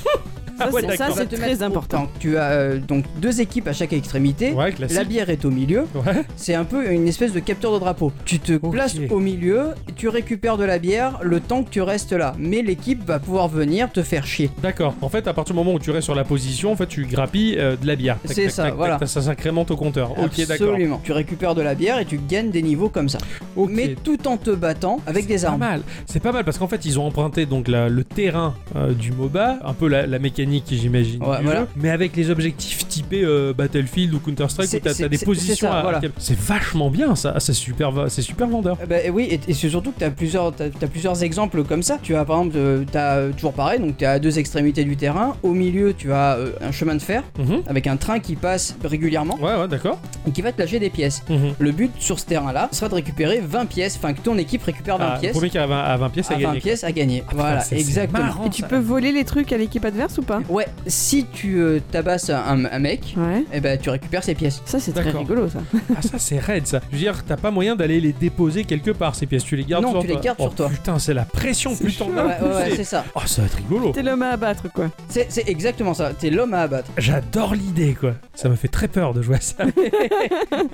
Speaker 3: Ça,
Speaker 2: Ah ouais,
Speaker 3: c'est- ça,
Speaker 2: d'accord.
Speaker 3: c'est très important.
Speaker 1: Donc, tu as euh, donc deux équipes à chaque extrémité.
Speaker 2: Ouais,
Speaker 1: La
Speaker 2: classique.
Speaker 1: bière est au milieu,
Speaker 2: Ouais.
Speaker 1: c'est un peu une espèce de capteur de drapeau. Tu te places au milieu, tu récupères de la bière le temps que tu restes là. Mais l'équipe va pouvoir venir te faire chier.
Speaker 2: D'accord. En fait, à partir du moment où tu restes sur la position, en fait, tu grappilles euh, de la bière. Tac,
Speaker 1: C'est
Speaker 2: tac,
Speaker 1: ça,
Speaker 2: tac, tac,
Speaker 1: voilà.
Speaker 2: tac, ça s'incrémente au compteur. Ok, d'accord.
Speaker 1: Absolument. Tu récupères de la bière et tu gagnes des niveaux comme ça.
Speaker 2: Ok. Ah bah.
Speaker 1: Mais tout en te battant avec des
Speaker 2: C'est pas
Speaker 1: armes.
Speaker 2: mal. C'est pas mal parce qu'en fait ils ont emprunté donc la- le terrain euh, du MOBA, un peu la, la mécanique j'imagine,
Speaker 1: Ouais,
Speaker 2: du
Speaker 1: voilà.
Speaker 2: jeu, mais avec les objectifs typés euh, Battlefield ou Counter Strike
Speaker 1: C'est-
Speaker 2: où t'as
Speaker 1: c'est-
Speaker 2: t'as des
Speaker 1: c'est-
Speaker 2: positions.
Speaker 1: c'est ça,
Speaker 2: à- à-
Speaker 1: voilà.
Speaker 2: C'est vachement bien ça. Ah, C'est super, va- c'est super vendeur.
Speaker 1: Eh ben, et oui, et, et c'est surtout que t'as plusieurs, t'as, t'as plusieurs exemples comme ça. Tu as par exemple, euh, t'as euh, toujours pareil, donc t'as à deux extrémités du terrain. Au milieu, tu as euh, un chemin de fer
Speaker 2: Mhm.
Speaker 1: avec un train qui passe régulièrement
Speaker 2: Ouais, ouais, d'accord.
Speaker 1: et qui va te lâcher des pièces.
Speaker 2: Mhm.
Speaker 1: Le but sur ce terrain-là ce sera de récupérer 20 pièces, enfin que ton équipe récupère 20
Speaker 2: Ah, le
Speaker 1: pièces.
Speaker 2: premier qui arrive à à 20 pièces
Speaker 1: à
Speaker 2: a
Speaker 1: 20
Speaker 2: gagné.
Speaker 1: pièces à gagner.
Speaker 2: Ah, putain,
Speaker 1: voilà,
Speaker 2: c'est- c'est
Speaker 1: exactement.
Speaker 2: marrant.
Speaker 3: Et tu peux voler les trucs à l'équipe adverse ou pas
Speaker 1: Ouais, si tu euh, tabasses un, un mec,
Speaker 3: Ouais.
Speaker 1: eh ben tu récupères ses pièces.
Speaker 3: Ça, c'est très
Speaker 2: D'accord.
Speaker 3: rigolo, ça.
Speaker 2: Ah ça c'est raide ça. Je veux dire t'as pas moyen d'aller les déposer quelque part ces pièces. Tu les gardes
Speaker 1: Non,
Speaker 2: sur
Speaker 1: tu les
Speaker 2: toi.
Speaker 1: gardes
Speaker 2: Oh,
Speaker 1: sur toi.
Speaker 2: Putain c'est la pression
Speaker 3: C'est
Speaker 2: plus t'en
Speaker 1: Ouais,
Speaker 2: as,
Speaker 1: ouais,
Speaker 2: plus
Speaker 1: ouais,
Speaker 2: Ah, c'est-
Speaker 1: c'est ça.
Speaker 2: Oh ça va être rigolo.
Speaker 3: T'es l'homme à abattre, quoi.
Speaker 1: C'est, c'est exactement ça. T'es l'homme à abattre.
Speaker 2: J'adore l'idée quoi. Ça m'a fait très peur de jouer à ça. [laughs]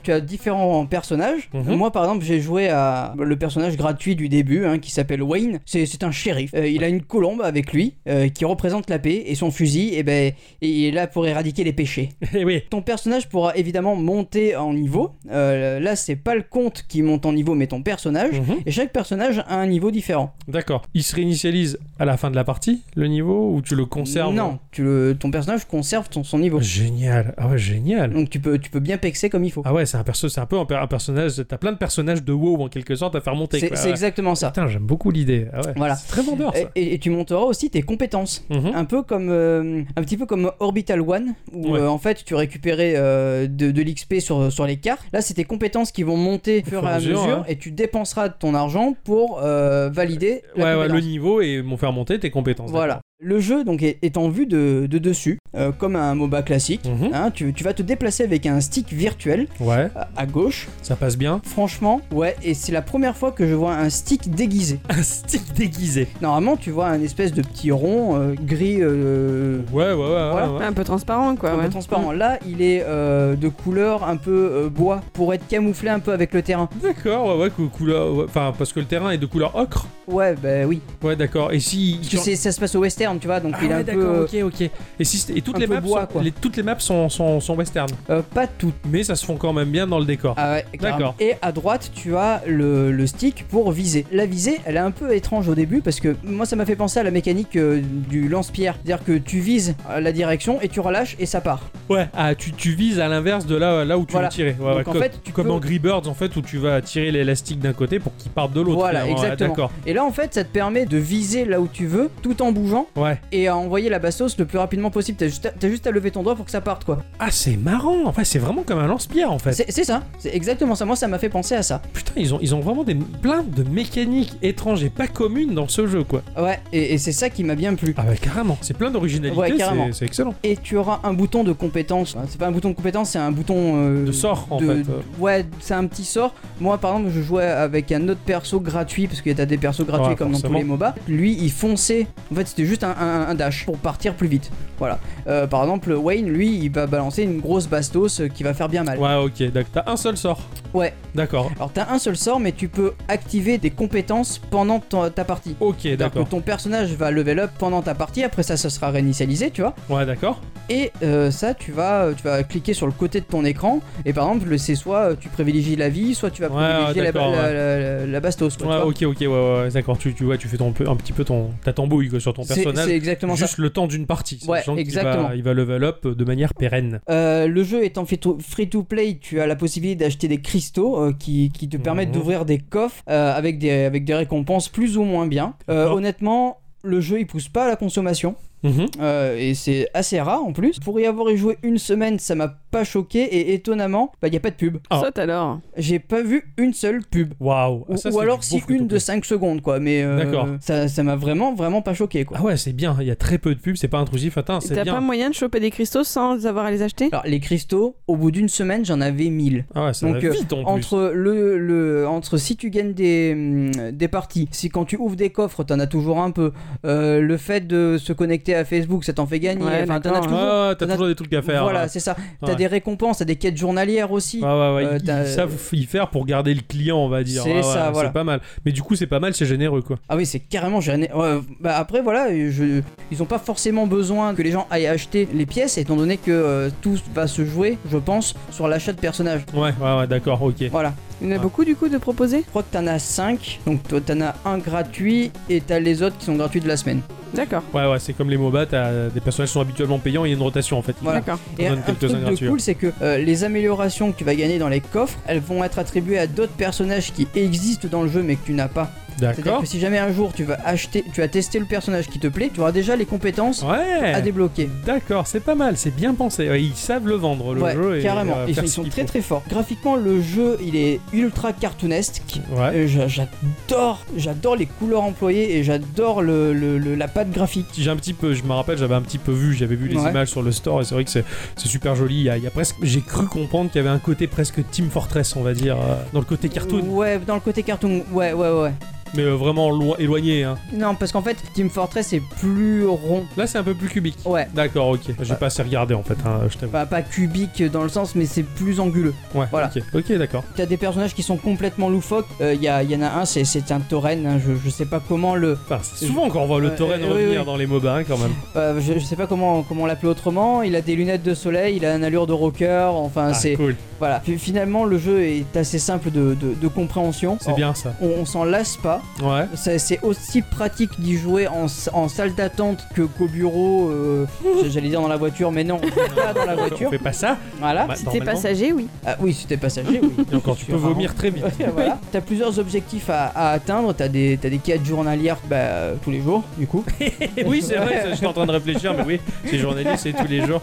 Speaker 1: Tu as différents personnages.
Speaker 2: Mhm.
Speaker 1: Moi, par exemple, j'ai joué à le personnage gratuit du début hein, qui s'appelle Wayne. C'est, c'est un shérif. Euh, il a une colombe avec lui euh, qui représente la paix et son fusil. Et ben, il est là pour éradiquer les péchés.
Speaker 2: Eh oui.
Speaker 1: Ton personnage pourra évidemment monter en niveau. Euh, là, c'est pas le compte qui monte en niveau, mais ton personnage.
Speaker 2: Mhm.
Speaker 1: Et chaque personnage a un niveau différent.
Speaker 2: D'accord. Il se réinitialise à la fin de la partie, le niveau, ou tu le conserves
Speaker 1: Non, tu le, ton personnage conserve ton, son niveau.
Speaker 2: Génial. Ah ouais, génial.
Speaker 1: Donc tu peux, tu peux bien pexer comme il faut.
Speaker 2: Ah ouais, c'est un, perso, c'est un peu un, per- un personnage. T'as plein de personnages de WoW en quelque sorte à faire monter.
Speaker 1: c'est
Speaker 2: quoi.
Speaker 1: c'est
Speaker 2: Ouais.
Speaker 1: exactement ça.
Speaker 2: Putain, j'aime beaucoup l'idée. Ah ouais.
Speaker 1: Voilà.
Speaker 2: C'est très vendeur
Speaker 1: Et,
Speaker 2: ça.
Speaker 1: et- et tu monteras aussi tes compétences.
Speaker 2: Mhm.
Speaker 1: Un peu comme euh, un petit peu comme Orbital One où
Speaker 2: Ouais.
Speaker 1: euh, en fait tu récupérais euh, de, l'XP sur, sur les cartes. Là c'est tes compétences qui vont monter au fur et à mesure,
Speaker 2: hein.
Speaker 1: et tu dépenseras ton argent pour euh, valider la
Speaker 2: Ouais, ouais, le
Speaker 1: compétence.
Speaker 2: niveau et mon faire monter tes compétences.
Speaker 1: Voilà. Le jeu donc est, est en vue de, de dessus euh, comme un MOBA classique.
Speaker 2: d'accord. Mhm.
Speaker 1: Hein, tu, tu vas te déplacer avec un stick virtuel
Speaker 2: Ouais,
Speaker 1: à- à gauche
Speaker 2: ça passe bien.
Speaker 1: Franchement, ouais, et c'est la première fois que je vois un stick déguisé.
Speaker 2: Un stick déguisé.
Speaker 1: Normalement, tu vois un espèce de petit rond euh, gris euh,
Speaker 2: Ouais, ouais, ouais. ouais,
Speaker 1: Voilà.
Speaker 2: Ah ouais.
Speaker 3: Un peu transparent, quoi.
Speaker 1: un peu
Speaker 3: ouais.
Speaker 1: transparent. Là, il est euh, de couleur un peu euh, bois pour être camouflé un peu avec le terrain.
Speaker 2: D'accord, ouais, ouais, cou- couleur. ouais. Enfin, parce que le terrain est de couleur ocre.
Speaker 1: Ouais, bah oui.
Speaker 2: Ouais, d'accord. Et si.
Speaker 1: Parce que c'est- ça se passe au western, tu vois, donc
Speaker 2: Ah
Speaker 1: il est
Speaker 2: ouais,
Speaker 1: un
Speaker 2: d'accord,
Speaker 1: peu. euh,
Speaker 2: ok, ok. Et, si, c'est- et toutes,
Speaker 1: un
Speaker 2: les
Speaker 1: peu
Speaker 2: maps
Speaker 1: bois,
Speaker 2: sont,
Speaker 1: quoi.
Speaker 2: les- toutes les maps sont, sont, sont western.
Speaker 1: euh, pas tout.
Speaker 2: mais ça se fond quand même bien dans le décor.
Speaker 1: Ah ouais, carrément.
Speaker 2: D'accord.
Speaker 1: Et à droite, tu as le, le stick pour viser. La visée, elle est un peu étrange au début parce que moi, ça m'a fait penser à la mécanique euh, du lance-pierre. C'est-à-dire que tu vises euh, la direction et tu relâches et ça part.
Speaker 2: Ouais, ah, tu, tu vises à l'inverse de là, là où tu
Speaker 1: Voilà.
Speaker 2: veux tirer. Ouais,
Speaker 1: Donc
Speaker 2: ouais,
Speaker 1: en
Speaker 2: comme,
Speaker 1: fait, tu
Speaker 2: comme
Speaker 1: peux-
Speaker 2: en Angry Birds, en fait, où tu vas tirer l'élastique d'un côté pour qu'il parte de l'autre.
Speaker 1: Voilà,
Speaker 2: finalement. Ouais,
Speaker 1: exactement.
Speaker 2: D'accord.
Speaker 1: Et là, en fait, ça te permet de viser là où tu veux, tout en bougeant,
Speaker 2: Ouais.
Speaker 1: et à envoyer la bastos le plus rapidement possible. T'as juste, à- t'as juste à lever ton doigt pour que ça parte, quoi.
Speaker 2: Ah, c'est marrant. Enfin, c'est vraiment comme un lance-pierre, en fait.
Speaker 1: C'est c'est ça, c'est exactement ça. Moi, ça m'a fait penser à ça.
Speaker 2: Putain, ils ont, ils ont vraiment des, plein de mécaniques étranges et pas communes dans ce jeu, quoi.
Speaker 1: Ah Ouais, et, et c'est ça qui m'a bien plu.
Speaker 2: Ah, bah, carrément. C'est plein d'originalité.
Speaker 1: Ouais,
Speaker 2: c'est-
Speaker 1: carrément.
Speaker 2: c'est excellent.
Speaker 1: Et tu auras un bouton de compétence. Enfin, C'est pas un bouton de compétence, c'est un bouton. euh,
Speaker 2: De sort, en
Speaker 1: de-
Speaker 2: fait. euh.
Speaker 1: Ouais, c'est un petit sort. Moi, par exemple, je jouais avec un autre perso gratuit, parce que t'as des persos gratuits
Speaker 2: Ouais,
Speaker 1: comme
Speaker 2: forcément.
Speaker 1: dans tous les MOBA. Lui, il fonçait. En fait, c'était juste un, un- un dash pour partir plus vite. Voilà. Euh, par exemple, Wayne, lui, il va balancer une grosse bastos euh, qui va faire bien mal.
Speaker 2: Ouais, ok. D'accord. T'as un seul sort.
Speaker 1: Ouais.
Speaker 2: D'accord.
Speaker 1: Alors, t'as un seul sort, mais tu peux activer des compétences pendant ton- ta partie.
Speaker 2: Ok,
Speaker 1: C'est-à-dire
Speaker 2: d'accord.
Speaker 1: que ton personnage va level up pendant ta partie, après ça, ça sera réinitialisé, tu vois.
Speaker 2: Ouais, d'accord.
Speaker 1: Et euh, ça, tu vas, tu vas cliquer sur le côté de ton écran. Et par exemple, c'est soit euh, tu privilégies la vie, soit tu vas
Speaker 2: Ouais,
Speaker 1: privilégier
Speaker 2: ouais,
Speaker 1: la,
Speaker 2: d'accord,
Speaker 1: la-
Speaker 2: ouais.
Speaker 1: la- la- la bastos. quoi, tu
Speaker 2: Ouais,
Speaker 1: vois.
Speaker 2: ok, ok, ouais, ouais, ouais, d'accord. Tu, tu vois, tu fais ton, peu- un petit peu ton, ta tambouille quoi, sur ton
Speaker 1: C'est-
Speaker 2: personnage.
Speaker 1: C'est exactement ça.
Speaker 2: Juste le temps d'une partie.
Speaker 1: Ouais,
Speaker 2: sachant qu'il
Speaker 1: exactement.
Speaker 2: va- Il va level up de manière pérenne.
Speaker 1: Euh, le jeu étant free to, free to play, tu as la possibilité d'acheter des cristaux euh, qui, qui te permettent
Speaker 2: Mhm.
Speaker 1: d'ouvrir des coffres euh, avec, des, avec des récompenses plus ou moins bien. Euh,
Speaker 2: D'accord.
Speaker 1: honnêtement, le jeu il pousse pas à la consommation
Speaker 2: Mhm.
Speaker 1: euh, et c'est assez rare en plus. Pour y avoir y joué une semaine, ça m'a pas choqué et étonnamment, bah, il n'y a pas de pub.
Speaker 2: Ah.
Speaker 3: Saute alors.
Speaker 1: J'ai pas vu une seule pub.
Speaker 2: Waouh. Ah,
Speaker 1: Ou,
Speaker 2: ça,
Speaker 1: ou
Speaker 2: c'est du
Speaker 1: alors
Speaker 2: beau
Speaker 1: si
Speaker 2: free-to-play.
Speaker 1: une de 5 secondes, quoi. Mais euh,
Speaker 2: D'accord.
Speaker 1: ça ça m'a vraiment, vraiment pas choqué, quoi.
Speaker 2: Ah ouais, c'est bien. Il y a très peu de pubs, c'est pas intrusif. Attends,
Speaker 3: Et
Speaker 2: c'est
Speaker 3: T'as
Speaker 2: bien.
Speaker 3: pas moyen de choper des cristaux sans avoir à les acheter
Speaker 1: Alors, les cristaux, au bout d'une semaine, j'en avais 1000.
Speaker 2: Ah ouais, ça
Speaker 1: Donc,
Speaker 2: va
Speaker 1: euh,
Speaker 2: vite en plus.
Speaker 1: Entre, le, le, entre si tu gagnes des, hum, des parties, si quand tu ouvres des coffres, t'en as toujours un peu, euh, le fait de se connecter à Facebook, ça t'en fait gagner,
Speaker 3: Ouais,
Speaker 1: enfin, t'en as
Speaker 3: d'accord.
Speaker 1: toujours.
Speaker 2: Ah, ouais, t'as
Speaker 1: on a-
Speaker 2: toujours des trucs à faire. hein.
Speaker 1: voilà,
Speaker 2: ouais.
Speaker 1: c'est ça. T'as
Speaker 2: Ouais.
Speaker 1: des récompenses, t'as des quêtes journalières aussi.
Speaker 2: Ah ouais, ouais,
Speaker 1: Euh,
Speaker 2: ils-
Speaker 1: t'as-
Speaker 2: ils savent y faire pour garder le client, on va dire.
Speaker 1: C'est
Speaker 2: Ah ouais,
Speaker 1: ça, voilà.
Speaker 2: C'est pas mal. Mais du coup, c'est pas mal, c'est généreux, quoi.
Speaker 1: Ah oui, c'est carrément gêné. Ouais, bah après, voilà, je... ils ont pas forcément besoin que les gens aillent acheter les pièces, étant donné que euh, tout va se jouer, je pense, sur l'achat de personnages.
Speaker 2: Ouais, ouais, ouais, d'accord, ok.
Speaker 1: Voilà.
Speaker 3: Il y en a
Speaker 2: Ah.
Speaker 3: beaucoup du coup de proposer
Speaker 1: Je crois que t'en as 5, donc toi t'en as un gratuit et t'as les autres qui sont gratuits de la semaine.
Speaker 2: Ah.
Speaker 3: D'accord.
Speaker 2: Ouais, ouais, c'est comme les MOBA, t'as des personnages qui sont habituellement payants, il y a une rotation en fait.
Speaker 1: Voilà.
Speaker 3: D'accord.
Speaker 1: Et
Speaker 2: donne
Speaker 1: un
Speaker 2: quelques-uns
Speaker 1: truc de
Speaker 2: gratuits, hein.
Speaker 1: cool, c'est que euh, les améliorations que tu vas gagner dans les coffres, elles vont être attribuées à d'autres personnages qui existent dans le jeu mais que tu n'as pas. C'est-à-dire
Speaker 2: D'accord.
Speaker 1: que si jamais un jour tu vas acheter, tu as testé le personnage qui te plaît, tu auras déjà les compétences à
Speaker 2: Ouais.
Speaker 1: débloquer.
Speaker 2: D'accord, c'est pas mal, c'est bien pensé. Ouais, ils savent le vendre, le
Speaker 1: ouais,
Speaker 2: jeu. et,
Speaker 1: carrément.
Speaker 2: euh,
Speaker 1: ils,
Speaker 2: faire
Speaker 1: sont- ils
Speaker 2: ce
Speaker 1: sont
Speaker 2: qu'il
Speaker 1: très
Speaker 2: faut.
Speaker 1: très forts. Graphiquement, le jeu, il est ultra cartoonesque.
Speaker 2: Ouais.
Speaker 1: Euh, j'a- J'adore, j'adore les couleurs employées et j'adore le, le- le- la patte graphique.
Speaker 2: J'ai un petit peu, je me rappelle, j'avais un petit peu vu, j'avais vu les
Speaker 1: Ouais.
Speaker 2: images sur le store et c'est vrai que c'est c'est super joli. Il y a, il y a presque, j'ai cru comprendre qu'il y avait un côté presque Team Fortress, on va dire, euh, dans le côté cartoon,
Speaker 1: Ouais, dans le côté cartoon, ouais, ouais, ouais.
Speaker 2: mais euh, vraiment loin- éloigné. hein.
Speaker 1: Non, parce qu'en fait, Team Fortress est plus rond.
Speaker 2: Là, c'est un peu plus cubique.
Speaker 1: Ouais.
Speaker 2: D'accord, ok. J'ai pas assez regardé en fait, hein, je t'avoue.
Speaker 1: Bah, pas cubique dans le sens, mais c'est plus anguleux.
Speaker 2: Ouais,
Speaker 1: Bah, voilà.
Speaker 2: ok, Ok, d'accord.
Speaker 1: T'as des personnages qui sont complètement loufoques. Il y, a- y en a un, c'est- c'est un tauren. hein, je, je sais pas comment le.
Speaker 2: Enfin, c'est souvent qu'on voit le
Speaker 1: Euh,
Speaker 2: Torren
Speaker 1: euh, oui,
Speaker 2: revenir
Speaker 1: oui.
Speaker 2: dans les MOBA hein, quand même.
Speaker 1: euh, je, je sais pas comment, comment l'appeler autrement. Il a des lunettes de soleil, il a une allure de rocker. Enfin,
Speaker 2: Ah,
Speaker 1: c'est.
Speaker 2: cool,
Speaker 1: Voilà, Puis finalement le jeu est assez simple de, de- de compréhension.
Speaker 2: c'est
Speaker 1: On-
Speaker 2: bien ça.
Speaker 1: On, on s'en lasse pas.
Speaker 2: Ouais.
Speaker 1: Ça- C'est aussi pratique d'y jouer en, s- en salle d'attente que qu'au bureau.
Speaker 2: [laughs]
Speaker 1: euh, J'allais dire dans la voiture, mais non, pas dans la
Speaker 2: On
Speaker 1: voiture. Ah,
Speaker 2: fait pas ça.
Speaker 1: Voilà.
Speaker 2: Bah,
Speaker 3: Si t'es
Speaker 2: normalement.
Speaker 3: passager, oui.
Speaker 1: Ah oui, c'était passager, oui.
Speaker 2: Et encore, tu peux
Speaker 1: Rarement.
Speaker 2: vomir très
Speaker 1: [laughs]
Speaker 2: vite.
Speaker 1: voilà. T'as plusieurs objectifs à, à atteindre. T'as des, t'as des quêtes journalières bah, euh, tous les jours, du
Speaker 2: [laughs]
Speaker 1: coup.
Speaker 2: Et oui, c'est vrai, ça, j'étais en train de réfléchir, mais oui, c'est journaliste, c'est tous les
Speaker 1: [laughs]
Speaker 2: jours.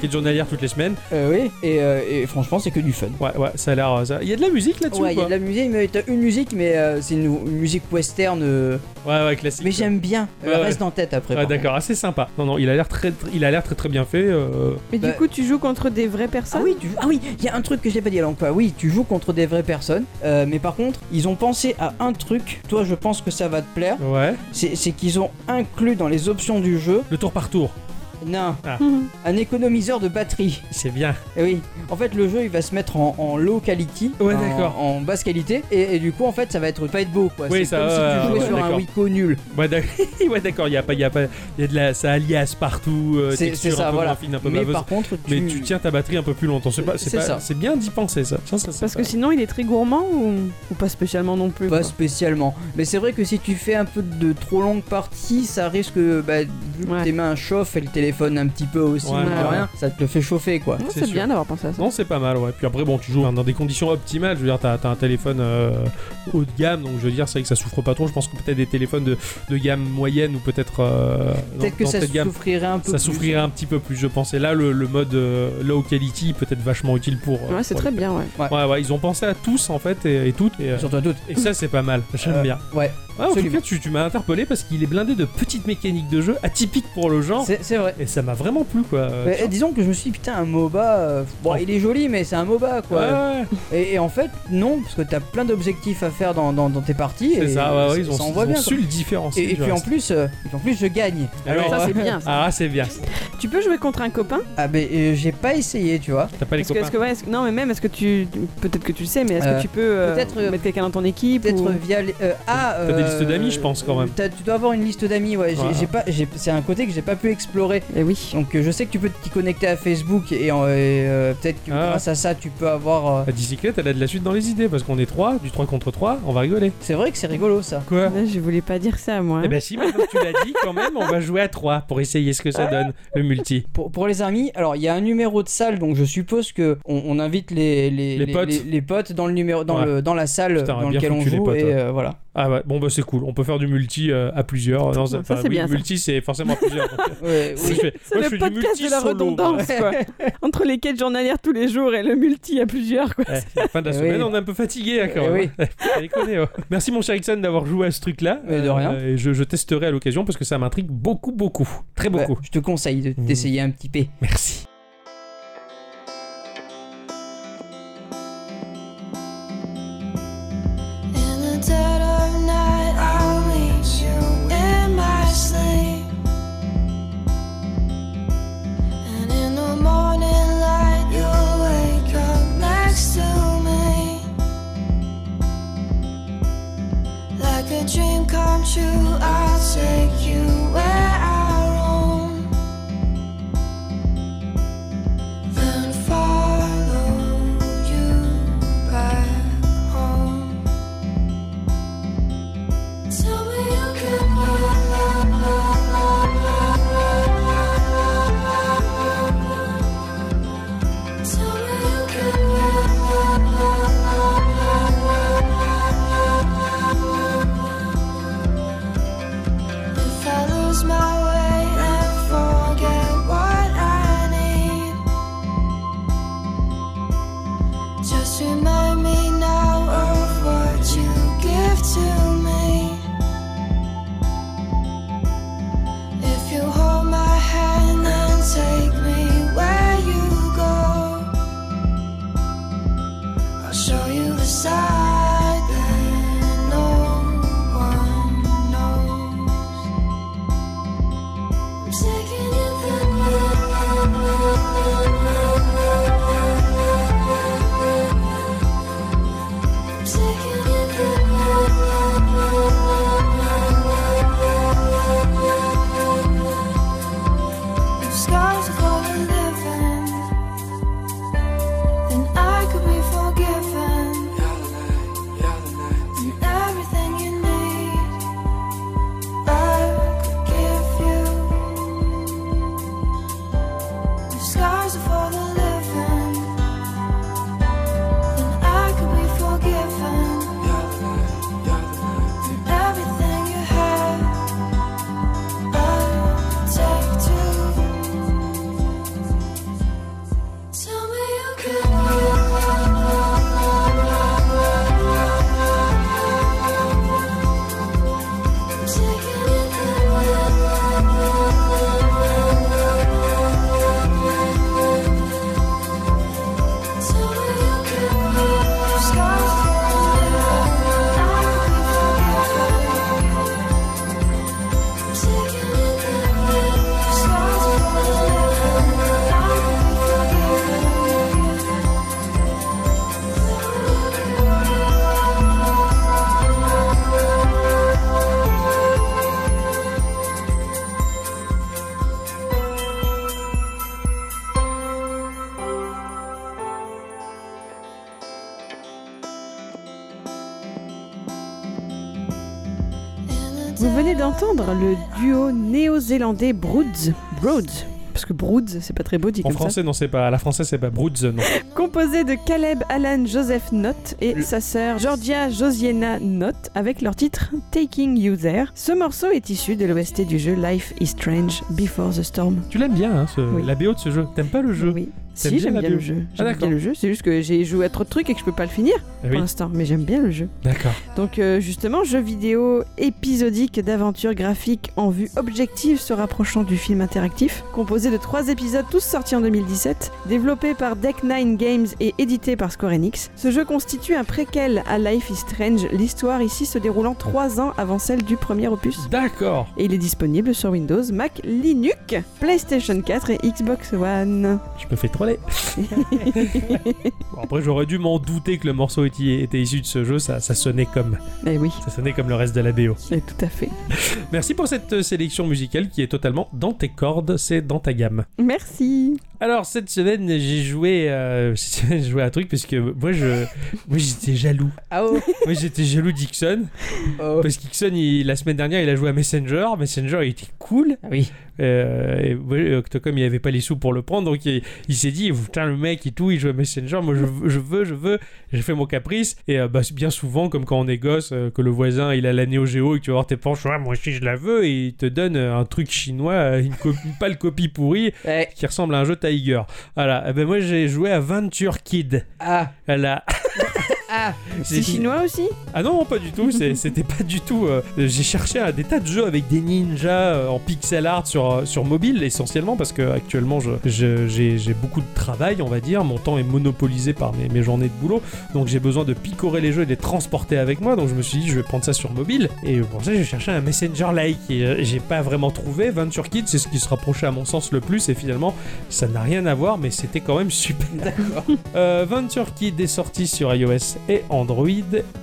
Speaker 2: C'est journalière toutes les semaines.
Speaker 1: Euh, oui. Et, euh, et franchement, c'est que du fun.
Speaker 2: Ouais, ouais, ça a l'air. euh, ça- Il y a de la musique là-dessus
Speaker 1: Ouais,
Speaker 2: ou
Speaker 1: il y a
Speaker 2: pas
Speaker 1: de la musique, mais t'as une musique, mais euh, c'est une, une musique western. euh,
Speaker 2: Ouais, ouais, classique.
Speaker 1: mais j'aime bien. Elle
Speaker 2: Ouais, ouais.
Speaker 1: reste en tête après.
Speaker 2: Ouais,
Speaker 1: par
Speaker 2: d'accord, assez sympa. Non, non, il a l'air très, très- il a l'air très, très bien fait. euh,
Speaker 3: Mais
Speaker 1: Bah-
Speaker 3: du coup, tu joues contre des vraies
Speaker 1: Ah
Speaker 3: personnes
Speaker 1: oui, tu joues- ah oui, il y a un truc que j'ai pas dit. Alors, quoi, oui, tu joues contre des vraies personnes, euh, mais par contre, ils ont pensé à un truc. Toi, je pense que ça va te plaire.
Speaker 2: Ouais.
Speaker 1: C'est c'est qu'ils ont inclus dans les options du jeu,
Speaker 2: Le tour par tour,
Speaker 1: non,
Speaker 3: Mhm.
Speaker 1: un économiseur de batterie.
Speaker 2: c'est bien.
Speaker 1: Et oui, en fait, le jeu il va se mettre en, en low quality,
Speaker 2: Ouais,
Speaker 1: en-
Speaker 2: d'accord.
Speaker 1: en, basse qualité, et, et du coup, en fait, ça va être pas être beau. quoi.
Speaker 2: Oui,
Speaker 1: C'est
Speaker 2: ça
Speaker 1: comme
Speaker 2: va,
Speaker 1: si tu jouais
Speaker 2: ouais,
Speaker 1: sur un
Speaker 2: d'accord.
Speaker 1: Wico nul.
Speaker 2: Ouais, d'ac- [laughs] ouais, d'accord, il y a pas, il y a pas, il y a de la, ça alias partout. euh,
Speaker 1: C'est-
Speaker 2: texture
Speaker 1: c'est ça,
Speaker 2: un peu
Speaker 1: voilà.
Speaker 2: moins fine, un peu
Speaker 1: mais
Speaker 2: baveuse.
Speaker 1: par contre, tu,
Speaker 2: Mais tu tiens ta batterie un peu plus longtemps. C'est pas, c'est
Speaker 1: C'est
Speaker 2: pas-
Speaker 1: ça.
Speaker 2: c'est bien d'y penser ça. Ça, ça, c'est
Speaker 3: Parce
Speaker 2: pas-
Speaker 3: que sinon, il est très gourmand ou, ou pas spécialement non plus
Speaker 1: pas
Speaker 3: quoi.
Speaker 1: spécialement. Mais c'est vrai que si tu fais un peu de trop longues parties, ça risque, bah, vu que
Speaker 3: Ouais.
Speaker 1: tes mains chauffent et le téléphone un petit peu aussi,
Speaker 2: Ouais,
Speaker 1: mine de
Speaker 3: ouais.
Speaker 1: rien, ça te le fait chauffer quoi.
Speaker 3: Non,
Speaker 2: c'est
Speaker 3: C'est
Speaker 2: sûr.
Speaker 3: bien d'avoir pensé à ça.
Speaker 2: Non, c'est pas mal, ouais. Puis après, bon, tu joues dans des conditions optimales. Je veux dire, t'as t'as un téléphone euh, haut de gamme, donc je veux dire, c'est vrai que ça souffre pas trop. Je pense que peut-être des téléphones de, de gamme moyenne ou peut-être. euh, dans-
Speaker 1: Peut-être que
Speaker 2: dans
Speaker 1: ça
Speaker 2: cette gamme,
Speaker 1: souffrirait un peu.
Speaker 2: ça
Speaker 1: plus.
Speaker 2: souffrirait un petit peu plus, je pense. Et là, le, le mode euh, low quality peut être vachement utile pour. euh,
Speaker 3: Ouais, c'est
Speaker 2: pour
Speaker 3: très
Speaker 2: les-
Speaker 3: bien, ouais.
Speaker 2: Ouais, ouais, ils ont pensé à tous en fait et, et toutes. Et, euh,
Speaker 1: Surtout à toutes.
Speaker 2: et ça, c'est pas mal. J'aime
Speaker 1: Euh,
Speaker 2: bien.
Speaker 1: ouais,
Speaker 2: Ah, en tout
Speaker 1: absolument.
Speaker 2: cas, tu, tu m'as interpellé parce qu'il est blindé de petites mécaniques de jeu atypiques pour le genre.
Speaker 1: C'est c'est vrai.
Speaker 2: Et ça m'a vraiment plu, quoi. Euh,
Speaker 1: Mais, eh, disons que je me suis dit, putain, un MOBA, euh, bon,
Speaker 2: Oh.
Speaker 1: il est joli, mais c'est un MOBA
Speaker 2: Ouais,
Speaker 1: quoi.
Speaker 2: ouais,
Speaker 1: Et, et en fait, non, parce que t'as plein d'objectifs à faire dans, dans- dans tes parties.
Speaker 2: c'est
Speaker 1: et
Speaker 2: ça, ouais, ouais, ils
Speaker 1: ça
Speaker 2: ont,
Speaker 1: en
Speaker 2: ils
Speaker 1: voit
Speaker 2: ont
Speaker 1: bien. quoi.
Speaker 2: su le différencier.
Speaker 1: Et, et
Speaker 2: du
Speaker 1: puis en
Speaker 2: reste.
Speaker 1: plus, euh, et puis en plus, je gagne. euh,
Speaker 2: Alors,
Speaker 3: ça,
Speaker 2: ouais.
Speaker 3: c'est bien. ça.
Speaker 2: Ah, c'est bien.
Speaker 3: Tu peux jouer contre un copain
Speaker 1: Ah, mais euh, j'ai pas essayé, tu vois.
Speaker 2: T'as pas les
Speaker 3: Est-ce que,
Speaker 2: copains.
Speaker 3: est-ce que- ouais, est-ce que- non, mais même, est-ce que tu. Peut-être que tu le sais, mais est-ce
Speaker 1: Euh,
Speaker 3: que tu peux euh,
Speaker 1: peut-être, euh,
Speaker 3: mettre quelqu'un dans ton équipe
Speaker 1: Peut-être
Speaker 3: ou-
Speaker 1: via les. euh, ah,
Speaker 2: T'as des
Speaker 1: euh,
Speaker 2: listes d'amis, je pense, quand même.
Speaker 1: t'as- Tu dois avoir une liste d'amis, ouais. j'ai-
Speaker 2: Voilà.
Speaker 1: j'ai pas- j'ai- C'est un côté que j'ai pas pu explorer.
Speaker 3: Eh oui.
Speaker 1: Donc euh, je sais que tu peux t'y connecter à Facebook et, en- et, euh, peut-être que
Speaker 2: Ah.
Speaker 1: grâce à ça tu peux avoir. euh,
Speaker 2: La bicyclette, elle a de la suite dans les idées parce qu'on est 3, du 3 contre 3, on va rigoler.
Speaker 1: C'est vrai que c'est rigolo ça.
Speaker 2: Quoi
Speaker 3: Là, je voulais pas dire ça, moi.
Speaker 2: Eh ben si, maintenant que tu l'as dit, quand même, on va jouer à 3 pour essayer ce que ça donne, le multi.
Speaker 1: Pour, pour les amis, alors il y a un numéro de salle, donc je suppose que on, on invite les, les,
Speaker 2: Les potes.
Speaker 1: potes dans le numéro, dans
Speaker 2: Ouais.
Speaker 1: le dans la salle
Speaker 2: Putain,
Speaker 1: dans
Speaker 2: bien
Speaker 1: laquelle on
Speaker 2: foutu, les
Speaker 1: joue
Speaker 2: potes,
Speaker 1: et
Speaker 2: ouais. [laughs]
Speaker 1: euh, voilà.
Speaker 2: Ah ouais, bon bah c'est cool, on peut faire du multi euh, à plusieurs. Non,
Speaker 3: Ça, c'est
Speaker 2: oui,
Speaker 3: bien, ça.
Speaker 2: multi c'est forcément à plusieurs. donc,
Speaker 1: Ouais,
Speaker 3: [laughs] C'est
Speaker 2: je fais-
Speaker 3: C'est
Speaker 2: moi, je
Speaker 3: le
Speaker 2: fais du
Speaker 3: podcast de la
Speaker 2: multi-solo,
Speaker 3: redondance, quoi.
Speaker 1: [laughs]
Speaker 3: Entre les quêtes journalières tous les jours et le multi à plusieurs, quoi.
Speaker 2: Eh, la fin de la
Speaker 1: Eh
Speaker 2: semaine,
Speaker 1: oui.
Speaker 2: on est un peu fatigué là, quand
Speaker 1: Eh
Speaker 2: même. hein.
Speaker 1: oui.
Speaker 2: Faut pas déconner, ouais. oh. Merci mon cher Ixon d'avoir joué à ce truc-là. Euh,
Speaker 1: Mais de rien.
Speaker 2: et je, je testerai à l'occasion parce que ça m'intrigue beaucoup, beaucoup. Très
Speaker 1: Bah,
Speaker 2: beaucoup.
Speaker 1: je te conseille de
Speaker 2: Mm.
Speaker 1: t'essayer un petit peu.
Speaker 2: Merci.
Speaker 4: In the dead of night, I'll meet you in my sleep. And in the morning light, you'll wake up next to me. Like a dream come true, I'll take you where I roam. Then follow you back home. Tell me you can Tell me you can If I lose my way and forget what I need Just remind me now of what you give to me If you hold my hand and take me where you go, I'll show you the side that no one knows. I'm taking you there. I'm taking you there. If scars are for the living, then I could be forgiven. And everything you need, I could give you. If scars are for the living, then I could be forgiven. And everything you have, I could take too. Tell me you can
Speaker 3: Vous venez d'entendre le duo néo-zélandais Broods. Broods. Parce que Broods, c'est pas très beau dit
Speaker 2: En
Speaker 3: comme ça.
Speaker 2: français, non, c'est pas. À la française, c'est pas Broods, non.
Speaker 3: Composé de Caleb Alan Joseph Knott et
Speaker 1: Le-
Speaker 3: sa sœur Georgia Josiana Knott avec leur titre Taking You There. Ce morceau est issu de l'OST du jeu Life is Strange Before the Storm.
Speaker 2: tu l'aimes bien, hein, ce-
Speaker 3: Oui.
Speaker 2: la BO de ce jeu. T'aimes pas le jeu
Speaker 3: Oui.
Speaker 2: T'aimes
Speaker 3: Si,
Speaker 2: bien
Speaker 3: j'aime
Speaker 2: la
Speaker 3: bien
Speaker 2: BO?
Speaker 3: le jeu.
Speaker 2: Ah,
Speaker 3: J'aime
Speaker 2: d'accord.
Speaker 3: bien le jeu. C'est juste que j'ai joué à trop de trucs et que je peux pas le finir
Speaker 2: Eh
Speaker 3: pour
Speaker 2: Oui,
Speaker 3: l'instant. Mais j'aime bien le jeu.
Speaker 2: d'accord.
Speaker 3: Donc euh, justement, jeu vidéo épisodique d'aventure graphique en vue objective se rapprochant du film interactif, composé de trois épisodes tous sortis en 2017, développé par Deck Nine Games et édité par Square Enix. Ce jeu constitue un préquel à Life is Strange, l'histoire ici se déroulant trois ans avant celle du premier opus.
Speaker 2: D'accord.
Speaker 3: Et il est disponible sur Windows, Mac, Linux, PlayStation 4 et Xbox One.
Speaker 2: Je me fais
Speaker 3: [laughs]
Speaker 2: troller. Bon, après, j'aurais dû m'en douter que le morceau était, était issu de ce jeu. Ça, ça sonnait comme.
Speaker 3: Eh oui,
Speaker 2: Ça sonnait comme le reste de la BO.
Speaker 3: eh, tout à fait.
Speaker 2: Merci pour cette euh, sélection musicale qui est totalement dans tes cordes. C'est dans ta gamme.
Speaker 3: Merci.
Speaker 2: Alors cette semaine, j'ai joué, euh, [laughs] cette semaine, j'ai joué à un truc parce que moi je, moi j'étais jaloux.
Speaker 1: Ah oh,
Speaker 2: Moi j'étais jaloux d'Ixon [laughs]
Speaker 1: oh.
Speaker 2: parce qu'Ixon il- la semaine dernière il a joué à Messenger. Messenger il était cool.
Speaker 1: Ah oui.
Speaker 2: Euh, et ouais, Octocom il avait pas les sous pour le prendre donc il, il s'est dit putain le mec et tout il joue à Messenger. Moi je, veux- je veux, je veux. J'ai fait mon caprice et euh, bah, c'est bien souvent comme quand on est gosse euh, que le voisin il a la Neo Geo et que tu vas voir tes penches ouais, moi aussi je la veux et il te donne euh, un truc chinois, euh, une copie, pas le copie pourrie
Speaker 1: Eh,
Speaker 2: qui ressemble à un jeu Tiger. Voilà, Eh ben moi j'ai joué à Venture Kid.
Speaker 1: ah,
Speaker 2: Voilà.
Speaker 1: ah.
Speaker 3: C'est chinois aussi
Speaker 2: Ah non, pas du tout, c'est- c'était pas du tout. euh, J'ai cherché euh, des tas de jeux avec des ninjas euh, en pixel art sur, euh, sur mobile essentiellement parce que actuellement je- je- j'ai j'ai beaucoup de travail, on va dire. Mon temps est monopolisé par mes, mes journées de boulot. Donc j'ai besoin de picorer les jeux et de les transporter avec moi. Donc je me suis dit, je vais prendre ça sur mobile. Et pour ça, j'ai cherché un Messenger-like. Et euh, j'ai pas vraiment trouvé. Venture Kid, c'est ce qui se rapprochait à mon sens le plus. Et finalement, ça n'a rien à voir, mais c'était quand même super.
Speaker 1: D'accord.
Speaker 2: Euh, Venture Kid est sorti sur iOS et Android,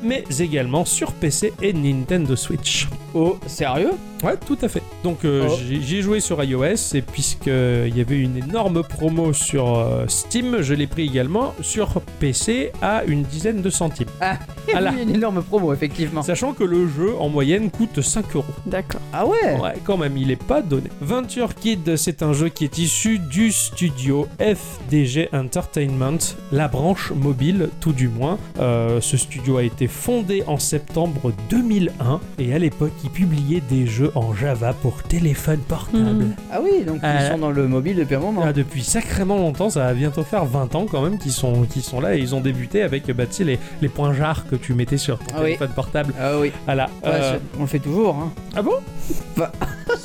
Speaker 2: mais également sur PC et Nintendo Switch.
Speaker 1: Oh, sérieux
Speaker 2: Ouais, tout à fait. Donc euh,
Speaker 1: Oh.
Speaker 2: j'ai j'ai joué sur iOS et puisque il y avait une énorme promo sur euh, Steam, je l'ai pris également sur PC à une dizaine de centimes. Ah là.
Speaker 1: Oui, une énorme promo, effectivement.
Speaker 2: Sachant que le jeu en moyenne coûte 5 euros.
Speaker 3: D'accord.
Speaker 1: Ah ouais
Speaker 2: Ouais, quand même, il est pas donné. Venture Kid, c'est un jeu qui est issu du studio FDG Entertainment, la branche mobile tout du moins. Euh, ce studio a été fondé en septembre 2001 et à l'époque, il publiait des jeux en Java pour téléphone portable.
Speaker 3: Mhm.
Speaker 1: Ah oui, donc ils
Speaker 2: Euh.
Speaker 1: sont dans le mobile depuis un moment.
Speaker 2: Ah, depuis sacrément longtemps, ça va bientôt faire 20 ans quand même qu'ils sont, qu'ils sont là et ils ont débuté avec bah, tu sais, les, les points JAR que tu mettais sur ton
Speaker 1: Ah oui.
Speaker 2: téléphone portable.
Speaker 1: Ah oui,
Speaker 2: Voilà.
Speaker 1: Ouais,
Speaker 2: Euh,
Speaker 1: ça- on le fait toujours. Hein.
Speaker 2: Ah bon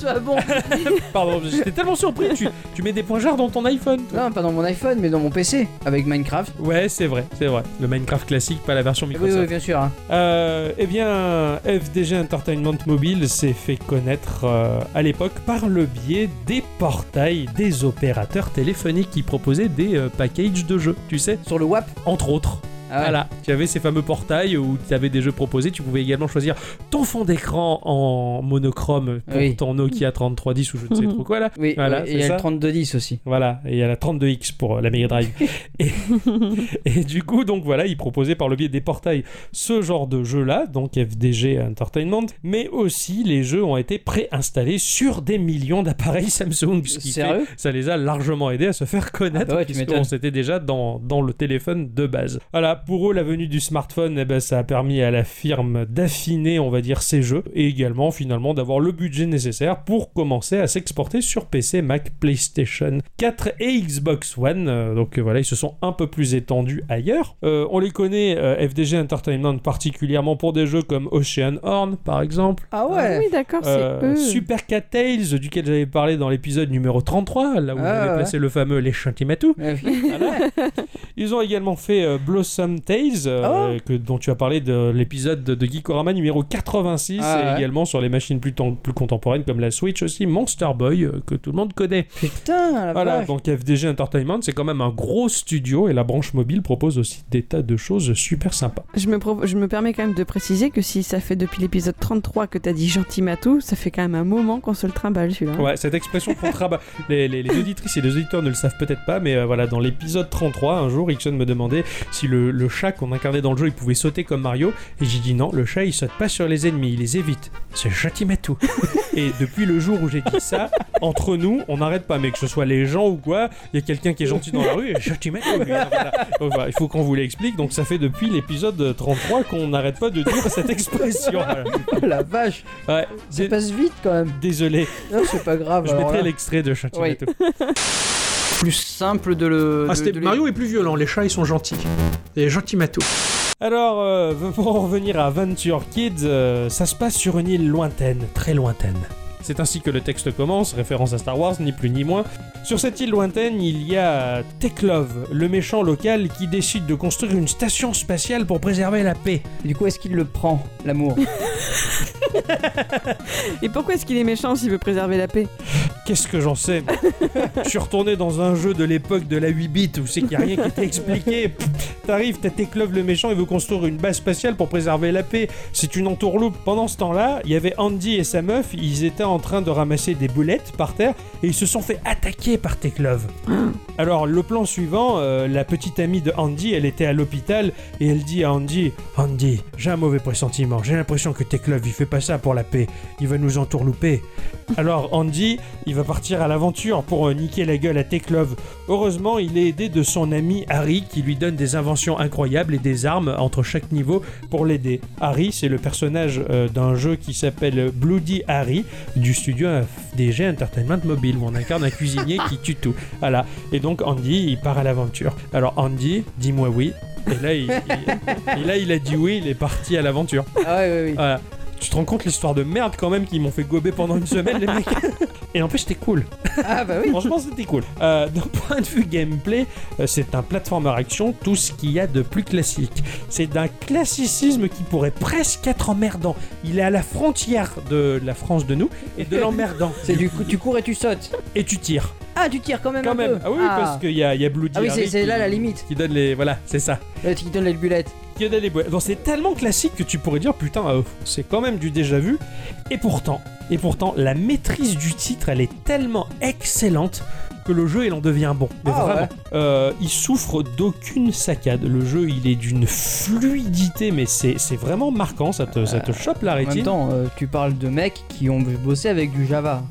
Speaker 1: Ah bon
Speaker 2: Pardon, j'étais tellement surpris. Tu, tu mets des points JAR dans ton iPhone. toi.
Speaker 1: Non, pas dans mon iPhone, mais dans mon PC, avec Minecraft.
Speaker 2: Ouais, c'est vrai, c'est vrai. Le Minecraft classique, pas la version
Speaker 1: Oui,
Speaker 2: Microsoft.
Speaker 1: oui, bien sûr. hein.
Speaker 2: Euh, eh bien, FDG Entertainment Mobile s'est fait connaître euh, à l'époque par le biais des portails des opérateurs téléphoniques qui proposaient des euh, packages de jeux, tu sais,
Speaker 1: Sur le WAP.
Speaker 2: entre autres.
Speaker 1: Ah ouais.
Speaker 2: Voilà, tu avais ces fameux portails où tu avais des jeux proposés, tu pouvais également choisir ton fond d'écran en monochrome pour
Speaker 1: Oui.
Speaker 2: ton Nokia 3310 ou je ne
Speaker 1: [laughs]
Speaker 2: sais trop quoi là.
Speaker 1: Oui,
Speaker 2: Voilà,
Speaker 1: oui,
Speaker 2: c'est
Speaker 1: et il y a
Speaker 2: ça.
Speaker 1: le 3210 aussi.
Speaker 2: Voilà, et il y a la 32X pour euh, la Mega Drive. et, et du coup, donc voilà, il proposait par le biais des portails ce genre de jeu-là, donc FDG Entertainment, mais aussi les jeux ont été préinstallés sur des millions d'appareils Samsung, ce qui fait-
Speaker 1: Sérieux
Speaker 2: [laughs] ça les a largement aidés à se faire connaître,
Speaker 1: Ah bah ouais, tu
Speaker 2: puisqu'on
Speaker 1: m'étonnes.
Speaker 2: s'était déjà dans, dans le téléphone de base. Voilà, pour eux, la venue du smartphone, eh ben, ça a permis à la firme d'affiner, on va dire, ses jeux, et également, finalement, d'avoir le budget nécessaire pour commencer à s'exporter sur PC, Mac, PlayStation 4 et Xbox One. Euh, donc euh, voilà, ils se sont un peu plus étendus ailleurs. Euh, on les connaît, euh, FDG Entertainment, particulièrement pour des jeux comme Ocean Horn, par exemple.
Speaker 1: Ah
Speaker 3: Ah
Speaker 1: ouais
Speaker 3: oui, d'accord, c'est
Speaker 2: Euh,
Speaker 3: eux.
Speaker 2: Super Cat Tales, duquel j'avais parlé dans l'épisode numéro 33, là où
Speaker 1: Ah,
Speaker 2: j'avais
Speaker 1: ouais.
Speaker 2: placé le fameux Les Chantimatou.
Speaker 1: Ouais, Ah oui.
Speaker 2: Ah Ils ont également fait euh, Blossom Tales,
Speaker 1: Oh.
Speaker 2: euh, que, dont tu as parlé de l'épisode de, de Geekorama numéro 86,
Speaker 1: Ah,
Speaker 2: et
Speaker 1: ouais.
Speaker 2: également sur les machines plus, tan- plus contemporaines comme la Switch aussi, Monster Boy, euh, que tout le monde connaît.
Speaker 1: [laughs] Putain, la
Speaker 2: Voilà,
Speaker 1: Ah, vache.
Speaker 2: donc FDG Entertainment, c'est quand même un gros studio, et la branche mobile propose aussi des tas de choses super sympas.
Speaker 3: Je me, pro- je me permets quand même de préciser que si ça fait depuis l'épisode 33 que t'as dit gentil matou, ça fait quand même un moment qu'on se le trimballe
Speaker 1: Hein
Speaker 3: celui-là.
Speaker 2: Ouais, cette expression qu'on
Speaker 1: [laughs]
Speaker 2: rabat. Les, les- les auditrices et les auditeurs ne le savent peut-être pas, mais euh, voilà, dans l'épisode 33, un jour, Ixon me demandait si le, le chat qu'on incarnait dans le jeu, il pouvait sauter comme Mario. Et j'ai dit non, le chat, il saute pas sur les ennemis, il les évite. C'est
Speaker 1: [laughs]
Speaker 2: Chatimatou. et depuis le jour où j'ai dit ça, entre nous, on n'arrête pas. Mais que ce soit les gens ou quoi, il y a quelqu'un qui est gentil dans la rue et Chatimatou. lui, hein, voilà. Donc voilà, il faut qu'on vous l'explique. Donc ça fait depuis l'épisode 33 qu'on n'arrête pas de dire cette
Speaker 1: [laughs]
Speaker 2: expression. Voilà.
Speaker 1: [laughs] la vache.
Speaker 2: Ouais,
Speaker 1: Ça
Speaker 2: dé-
Speaker 1: passe vite quand même.
Speaker 2: désolé.
Speaker 1: Non, c'est pas grave.
Speaker 2: Je
Speaker 1: Ah, bah, alors
Speaker 2: mettrai
Speaker 1: là.
Speaker 2: l'extrait de Chatimatou.
Speaker 1: plus simple de
Speaker 2: Ah,
Speaker 1: le. de- de les-
Speaker 2: est plus violent, les chats ils sont gentils. Les gentils matos. Alors, euh, [laughs] pour en revenir à Venture Kids, euh, ça se passe sur une île lointaine, très lointaine. C'est ainsi que le texte commence, référence à Star Wars, ni plus ni moins. Sur cette île lointaine, il y a Teklov, le méchant local qui décide de construire une station spatiale pour préserver la paix.
Speaker 1: Du coup, est-ce qu'il le prend,
Speaker 2: [laughs]
Speaker 1: l'amour
Speaker 3: Et pourquoi est-ce qu'il est méchant s'il veut préserver la [gasps] paix
Speaker 2: Qu'est-ce que j'en sais [laughs] moi Je suis retourné dans un jeu de l'époque de la 8 bits où c'est qu'il n'y a rien qui était expliqué. Pff, T'arrives, t'as Teclov le méchant, il veut construire une base spatiale pour préserver la paix. C'est une entourloupe. Pendant ce temps-là, il y avait Andy et sa meuf, ils étaient en train de ramasser des boulettes par terre et ils se sont fait attaquer par Teclov.
Speaker 3: Oh,
Speaker 2: Alors, le plan suivant, euh, la petite amie de Andy, elle était à l'hôpital et elle dit à Andy Andy, j'ai un mauvais pressentiment, j'ai l'impression que Teclov il fait pas ça pour la paix, il va nous entourlouper. Alors, Andy, il va partir à l'aventure pour euh, niquer la gueule à Teclov. Heureusement, il est aidé de son ami Harry qui lui donne des inventions incroyables et des armes entre chaque niveau pour l'aider. Harry, c'est le personnage euh, d'un jeu qui s'appelle Bloody Harry du studio FDG Entertainment Mobile où on incarne un cuisinier qui tue tout. Voilà. Et donc Andy, il part à l'aventure. Alors Andy, dis-moi oui. Et là, il, il- et là, il a dit oui, il est parti à l'aventure.
Speaker 1: Ah ouais, ouais, ouais.
Speaker 2: Voilà. Tu te rends compte l'histoire de merde quand même qu'ils m'ont fait gober pendant une semaine les mecs [laughs] Et en plus c'était cool.
Speaker 1: Ah bah
Speaker 2: [laughs]
Speaker 1: oui.
Speaker 2: Franchement, c'était cool. Euh, D'un point de vue gameplay, euh, c'est un platformer action, tout ce qu'il y a de plus classique. C'est d'un classicisme qui pourrait presque être emmerdant. Il est à la frontière de la France de nous et de [laughs] l'emmerdant.
Speaker 1: C'est du coup, tu cours et tu sautes.
Speaker 2: Et tu tires.
Speaker 1: Ah, tu tires quand même
Speaker 2: Quand
Speaker 1: un
Speaker 2: même.
Speaker 1: peu.
Speaker 2: Ah oui, parce qu'il y a, il y a Bloody
Speaker 1: Ah oui, c'est-
Speaker 2: Harry
Speaker 1: c'est
Speaker 2: qui-
Speaker 1: là la limite.
Speaker 2: Qui donne les. Voilà, c'est ça.
Speaker 1: Là, tu donnes les bulettes.
Speaker 2: Qui donne les boîtes. Donc, c'est tellement classique que tu pourrais dire putain, euh, c'est quand même du déjà vu. Et pourtant, et pourtant, la maîtrise du titre, elle est tellement excellente que le jeu, il en devient bon. Mais
Speaker 1: Ah,
Speaker 2: vraiment.
Speaker 1: ouais.
Speaker 2: Euh, il souffre d'aucune saccade. Le jeu, il est d'une fluidité, mais c'est c'est vraiment marquant. Ça te, ça te chope la
Speaker 1: Euh, En même
Speaker 2: rétine.
Speaker 1: temps, euh, tu parles de mecs qui ont bossé avec du Java.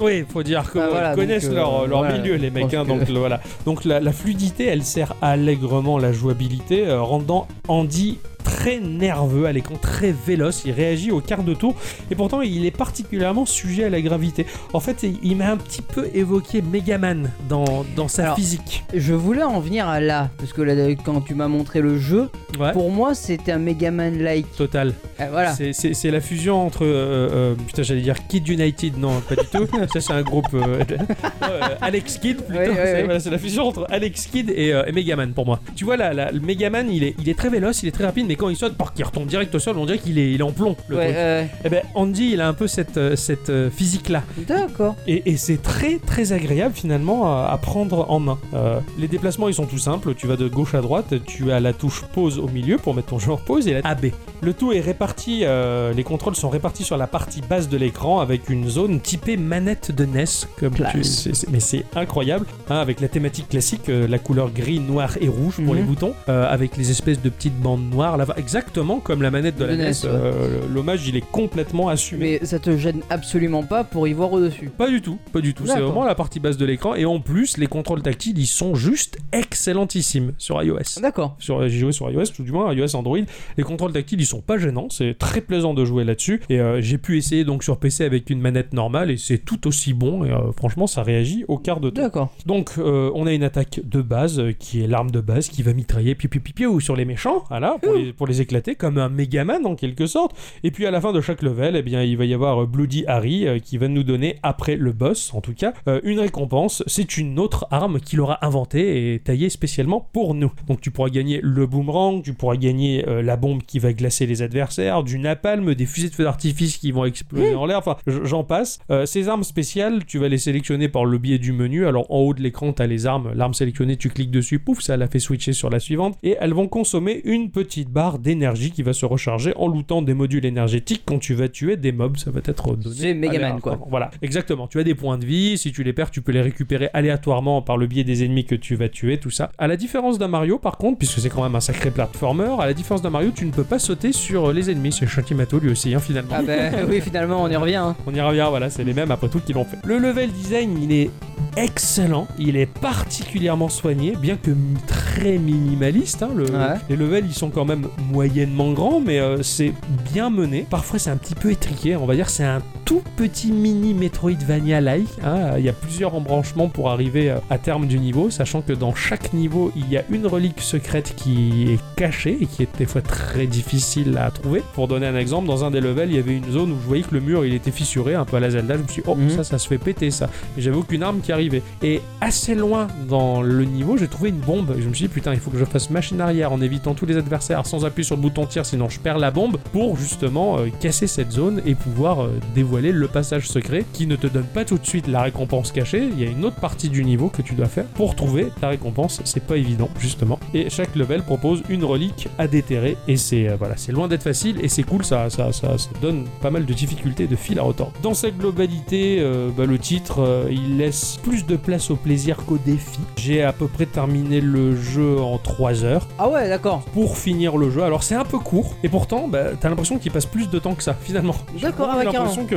Speaker 2: Oui, faut dire que
Speaker 1: Ah,
Speaker 2: bon,
Speaker 1: voilà,
Speaker 2: ils
Speaker 1: donc,
Speaker 2: connaissent
Speaker 1: euh,
Speaker 2: leur, leur
Speaker 1: voilà,
Speaker 2: milieu, les
Speaker 1: je
Speaker 2: mecs.
Speaker 1: pense
Speaker 2: hein,
Speaker 1: que-
Speaker 2: donc le- voilà. Donc la, la fluidité, elle sert allègrement la jouabilité, euh, rendant Andy très nerveux à l'écran, très véloce. Il réagit au quart de tour, et pourtant il est particulièrement sujet à la gravité. En fait, il- il m'a un petit peu évoqué Megaman dans, dans sa
Speaker 1: Alors,
Speaker 2: physique.
Speaker 1: Je voulais en venir à là, parce que là, euh, quand tu m'as montré le jeu,
Speaker 2: Ouais.
Speaker 1: pour moi c'était un Megaman like.
Speaker 2: Total.
Speaker 1: Ah, voilà.
Speaker 2: C'est- C'est c'est la fusion entre. euh, euh, putain, j'allais dire Kid United, non, pas du tout.
Speaker 1: [laughs]
Speaker 2: Ça, c'est un groupe. euh, [laughs] de- euh, Alex Kid, plutôt.
Speaker 1: Ouais, ouais,
Speaker 2: c'est
Speaker 1: ouais.
Speaker 2: voilà, c'est la fusion entre Alex Kid et, euh, et Megaman pour moi. Tu vois, là, là, le Megaman, il est, il est très véloce, il est très rapide, mais quand il saute, par il retombe direct au sol, on dirait qu'il est, il est en plomb. Le
Speaker 1: Ouais,
Speaker 2: truc.
Speaker 1: euh,
Speaker 2: Eh ben, Andy, il a un peu cette, euh, cette euh, physique-là.
Speaker 1: D'accord.
Speaker 2: Et, et c'est très très agréable finalement à, à prendre en main. Euh, les déplacements ils sont tout simples, tu vas de gauche à droite, tu as la touche pause au milieu pour mettre ton jeu en pause et la AB. Le tout est réparti, euh, les contrôles sont répartis sur la partie basse de l'écran avec une zone typée manette de NES. Comme
Speaker 1: Classe.
Speaker 2: tu- c'est- c'est- mais c'est incroyable, hein, avec la thématique classique, euh, la couleur gris, noir et rouge pour
Speaker 1: Mhm.
Speaker 2: les boutons, euh, avec les espèces de petites bandes noires, là, exactement comme la manette de,
Speaker 1: De
Speaker 2: la NES.
Speaker 1: NES, ouais.
Speaker 2: euh, L'hommage il est complètement assumé.
Speaker 1: Mais ça te gêne absolument pas pour y voir au-dessus.
Speaker 2: Pas du tout, pas du tout. C'est
Speaker 1: D'accord.
Speaker 2: vraiment la partie basse de l'écran. Et en plus, les contrôles tactiles, ils sont juste excellentissimes sur iOS.
Speaker 1: D'accord.
Speaker 2: Sur, j'ai joué sur iOS, tout du moins iOS Android. Les contrôles tactiles, ils sont pas gênants. C'est très plaisant de jouer là-dessus. Et euh, j'ai pu essayer donc sur PC avec une manette normale et c'est tout aussi bon. Et euh, franchement, ça réagit au quart de tour.
Speaker 1: D'accord.
Speaker 2: Donc, euh, on a une attaque de base euh, qui est l'arme de base qui va mitrailler piou piou piou, piou sur les méchants, voilà, pour les, pour les éclater comme un Megaman en quelque sorte. Et puis à la fin de chaque level, eh bien, il va y avoir euh, Bloody Harry euh, qui va nous donner après le boss, en tout cas, euh, une récompense. C'est une autre arme qu'il aura inventée et taillée spécialement pour nous. Donc, tu pourras gagner le boomerang, tu pourras gagner euh, la bombe qui va glacer les adversaires, du napalm, des fusées de feu d'artifice qui vont exploser en l'air, enfin j- j'en passe. Euh, ces armes spéciales, tu vas les sélectionner par le biais du menu. Alors en haut de l'écran, tu as les armes, l'arme sélectionnée, tu cliques dessus, pouf, ça la fait switcher sur la suivante. Et elles vont consommer une petite barre d'énergie qui va se recharger en lootant des modules énergétiques quand tu vas tuer des mobs. Ça va être donné.
Speaker 1: C'est Megaman,
Speaker 2: aléatoirement.
Speaker 1: quoi.
Speaker 2: Voilà, exactement. Tu as des points de vie, si tu les perds, tu peux les récupérer aléatoirement par le biais des ennemis que tu vas tuer, tout ça. À la différence d'un Mario, par contre, puisque c'est quand même un sacré platformer, à la différence d'un Mario, tu ne peux pas sauter sur les ennemis. C'est Chantimato lui aussi, hein, finalement. [laughs]
Speaker 1: Ah bah oui, finalement on y revient. hein.
Speaker 2: On y revient, voilà, c'est les mêmes après tout qui l'ont fait. Le level design, il est excellent, il est particulièrement soigné, bien que m- très minimaliste. hein, le-
Speaker 1: Ouais.
Speaker 2: Les levels, ils sont quand même moyennement grands, mais euh, c'est bien mené. Parfois, c'est un petit peu étriqué, on va dire, c'est un tout petit mini Metroidvania-like. hein. Il y a plusieurs embranchements pour arriver euh, à terme du niveau, sachant que dans chaque niveau, il y a une relique secrète qui est cachée et qui est des fois très difficile à trouver. Pour donner un exemple, dans un des levels, il y avait une zone où je voyais que le mur, il était fissuré, un peu à la Zelda. Je me suis dit, oh,
Speaker 1: Mhm.
Speaker 2: ça, ça se fait péter, ça. Et j'avais aucune arme qui arrivait. Et assez loin dans le niveau, j'ai trouvé une bombe. Et je me suis dit, putain, il faut que je fasse machine arrière en évitant tous les adversaires sans appuyer sur le bouton tir, sinon je perds la bombe pour justement euh, casser cette zone et pouvoir euh, dévoiler dévoiler le passage secret qui ne te donne pas tout de suite la récompense cachée. Il y a une autre partie du niveau que tu dois faire pour trouver ta récompense. C'est pas évident, justement. Et chaque level propose une relique à déterrer. Et c'est euh, voilà, c'est loin d'être facile et c'est cool. Ça, ça, ça, ça donne pas mal de difficultés de fil à retordre. Dans sa globalité, euh, bah, le titre, euh, il laisse plus de place au plaisir qu'au défi. J'ai à peu près terminé le jeu en 3 heures
Speaker 1: Ah ouais, d'accord.
Speaker 2: pour finir le jeu. Alors c'est un peu court, et pourtant, bah, t'as l'impression qu'il passe plus de temps que ça, finalement. J'ai
Speaker 1: D'accord,
Speaker 2: vraiment
Speaker 1: ah ouais,
Speaker 2: l'impression que-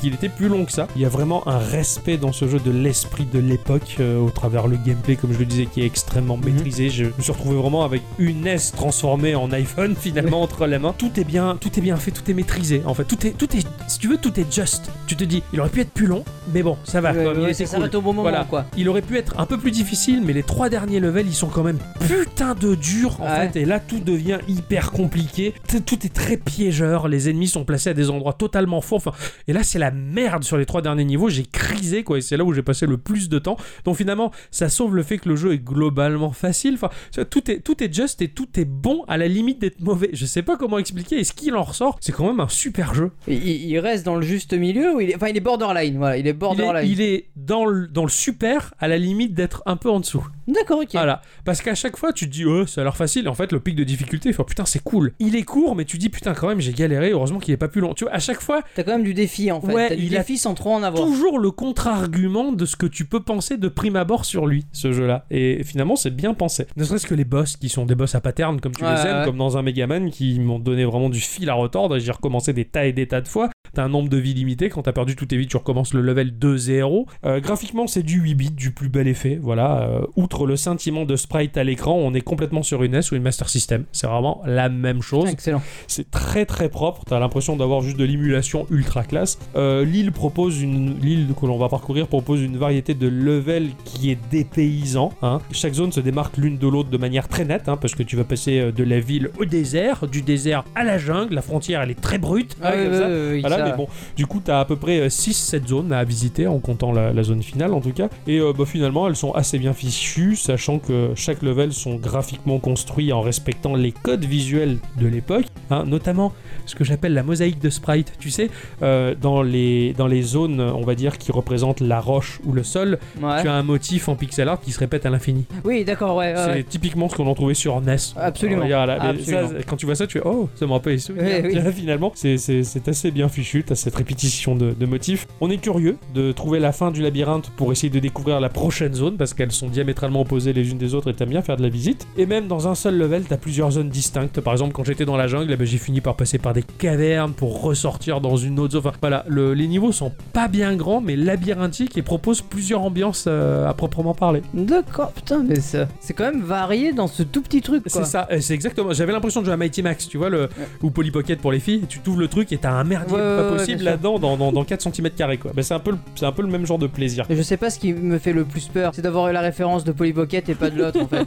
Speaker 2: qu'il était plus long que ça. Il y a vraiment un respect dans ce jeu de l'esprit de l'époque, euh, au travers le gameplay, comme je le disais, qui est extrêmement
Speaker 1: Mhm.
Speaker 2: maîtrisé. Je me suis retrouvé vraiment avec une S transformée en iPhone, [laughs] finalement, entre les mains. Tout est bien, tout est bien fait, tout est maîtrisé, en fait. Tout est, tout est, si tu veux, tout est juste. Tu te dis, il aurait pu être plus long, mais bon, ça va.
Speaker 1: Ouais,
Speaker 2: quand même, il
Speaker 1: mais
Speaker 2: était
Speaker 1: ça
Speaker 2: cool.
Speaker 1: va au bon moment,
Speaker 2: Voilà.
Speaker 1: quoi.
Speaker 2: Il aurait pu être un peu plus difficile, mais les trois derniers levels, ils sont quand même putain de durs en
Speaker 1: Ouais.
Speaker 2: fait. Et là, tout devient hyper compliqué. T- Tout est très piégeur. Les ennemis sont placés à des endroits totalement faux. Enfin, et là, c'est la merde sur les trois derniers niveaux. J'ai crisé quoi. Et c'est là où j'ai passé le plus de temps. Donc finalement, ça sauve le fait que le jeu est globalement facile. Enfin, ça, tout est tout est juste et tout est bon à la limite d'être mauvais. Je sais pas comment expliquer. Et ce qu'il en ressort, c'est quand même un super jeu.
Speaker 1: Il- Il, il reste dans le juste milieu ou il est... Enfin, il est borderline, voilà, il est
Speaker 2: Il est,
Speaker 1: borderline.
Speaker 2: il est dans le dans le super à la limite d'être un peu en dessous.
Speaker 1: D'accord, ok.
Speaker 2: Voilà. Parce qu'à chaque fois, tu te dis, oh, ça a l'air facile. Et en fait, le pic de difficulté, enfin, putain, c'est cool. Il est court, mais tu dis, putain, quand même, j'ai galéré. Heureusement qu'il est pas plus long. Tu vois, à chaque fois,
Speaker 1: T'as quand même du défi en fait.
Speaker 2: Ouais,
Speaker 1: T'as du
Speaker 2: il a
Speaker 1: défi sans trop en avoir.
Speaker 2: toujours le contre-argument de ce que tu peux penser de prime abord sur lui, ce jeu-là. Et finalement, c'est bien pensé. Ne serait-ce que les boss, qui sont des boss à pattern, comme tu
Speaker 1: Ouais,
Speaker 2: les aimes,
Speaker 1: ouais.
Speaker 2: comme dans un Megaman, qui m'ont donné vraiment du fil à retordre. Et j'ai recommencé des tas et des tas de fois. T'as un nombre de vies limité. Quand t'as perdu toutes tes vies, tu recommences le level 2-0. Euh, graphiquement, c'est du 8 bits, du plus bel effet. Voilà. Euh, outre le sentiment de sprite à l'écran, on est complètement sur une NES ou une Master System. C'est vraiment la même chose.
Speaker 1: Ah, Excellent.
Speaker 2: C'est très très propre, t'as l'impression d'avoir juste de l'émulation ultra classe. Euh, l'île propose une l'île que l'on va parcourir propose une variété de levels qui est dépaysant. hein. Chaque zone se démarque l'une de l'autre de manière très nette, hein, parce que tu vas passer euh, de la ville au désert, du désert à la jungle. La frontière elle est très brute. hein,
Speaker 1: ouais,
Speaker 2: comme ça.
Speaker 1: ouais, ouais, ouais,
Speaker 2: Voilà,
Speaker 1: ça-
Speaker 2: mais bon, du coup, t'as à peu près 6-7 zones à visiter en comptant la, la zone finale en tout cas. Et euh, bah, finalement, elles sont assez bien fichues, sachant que chaque level sont graphiquement construits en respectant les codes visuels de l'époque, hein, notamment ce que j'appelle la mosaïque de sprite. Tu sais, euh, dans, les, dans les zones, on va dire, qui représentent la roche ou le sol,
Speaker 1: Ouais.
Speaker 2: tu as un motif en pixel art qui se répète à l'infini.
Speaker 1: Oui, d'accord, ouais. ouais,
Speaker 2: C'est
Speaker 1: Ah ouais.
Speaker 2: typiquement ce qu'on en trouvait sur E NES.
Speaker 1: Absolument.
Speaker 2: Alors, regarde, là, mais
Speaker 1: Absolument. Eh
Speaker 2: ça, quand tu vois ça, tu fais Oh, ça me rappelle les souvenirs.
Speaker 1: Oui, oui.
Speaker 2: Tiens, [laughs] Finalement, c'est- c'est c'est assez bien fichu. T'as cette répétition de, de motifs. On est curieux de trouver la fin du labyrinthe pour essayer de découvrir la prochaine zone parce qu'elles sont diamétralement opposées les unes des autres et t'aimes bien faire de la visite. Et même dans un seul level, t'as plusieurs zones distinctes. Par exemple, quand j'étais dans la jungle, eh ben, j'ai fini par passer par des cavernes pour ressortir dans une autre zone. Enfin, voilà, le- les niveaux sont pas bien grands mais labyrinthiques et proposent plusieurs ambiances euh, à proprement parler.
Speaker 1: D'accord, putain, mais ça. C'est quand même varié dans ce tout petit truc, quoi.
Speaker 2: C'est ça, euh, c'est exactement. J'avais l'impression de jouer à Mighty Max, tu vois, le, ou Polly Pocket pour les filles. Tu t'ouvres le truc et t'as un merdier
Speaker 1: Ouais, ouais,
Speaker 2: pas
Speaker 1: ouais, bien
Speaker 2: possible
Speaker 1: sûr.
Speaker 2: là-dedans dans, dans, dans 4 cm quoi. Ben, c'est un, peu le- c'est un peu le même genre de plaisir.
Speaker 1: Et Je sais pas ce qui me fait le plus peur, c'est d'avoir eu la référence de Polypocket et pas de l'autre
Speaker 2: [laughs]
Speaker 1: en fait.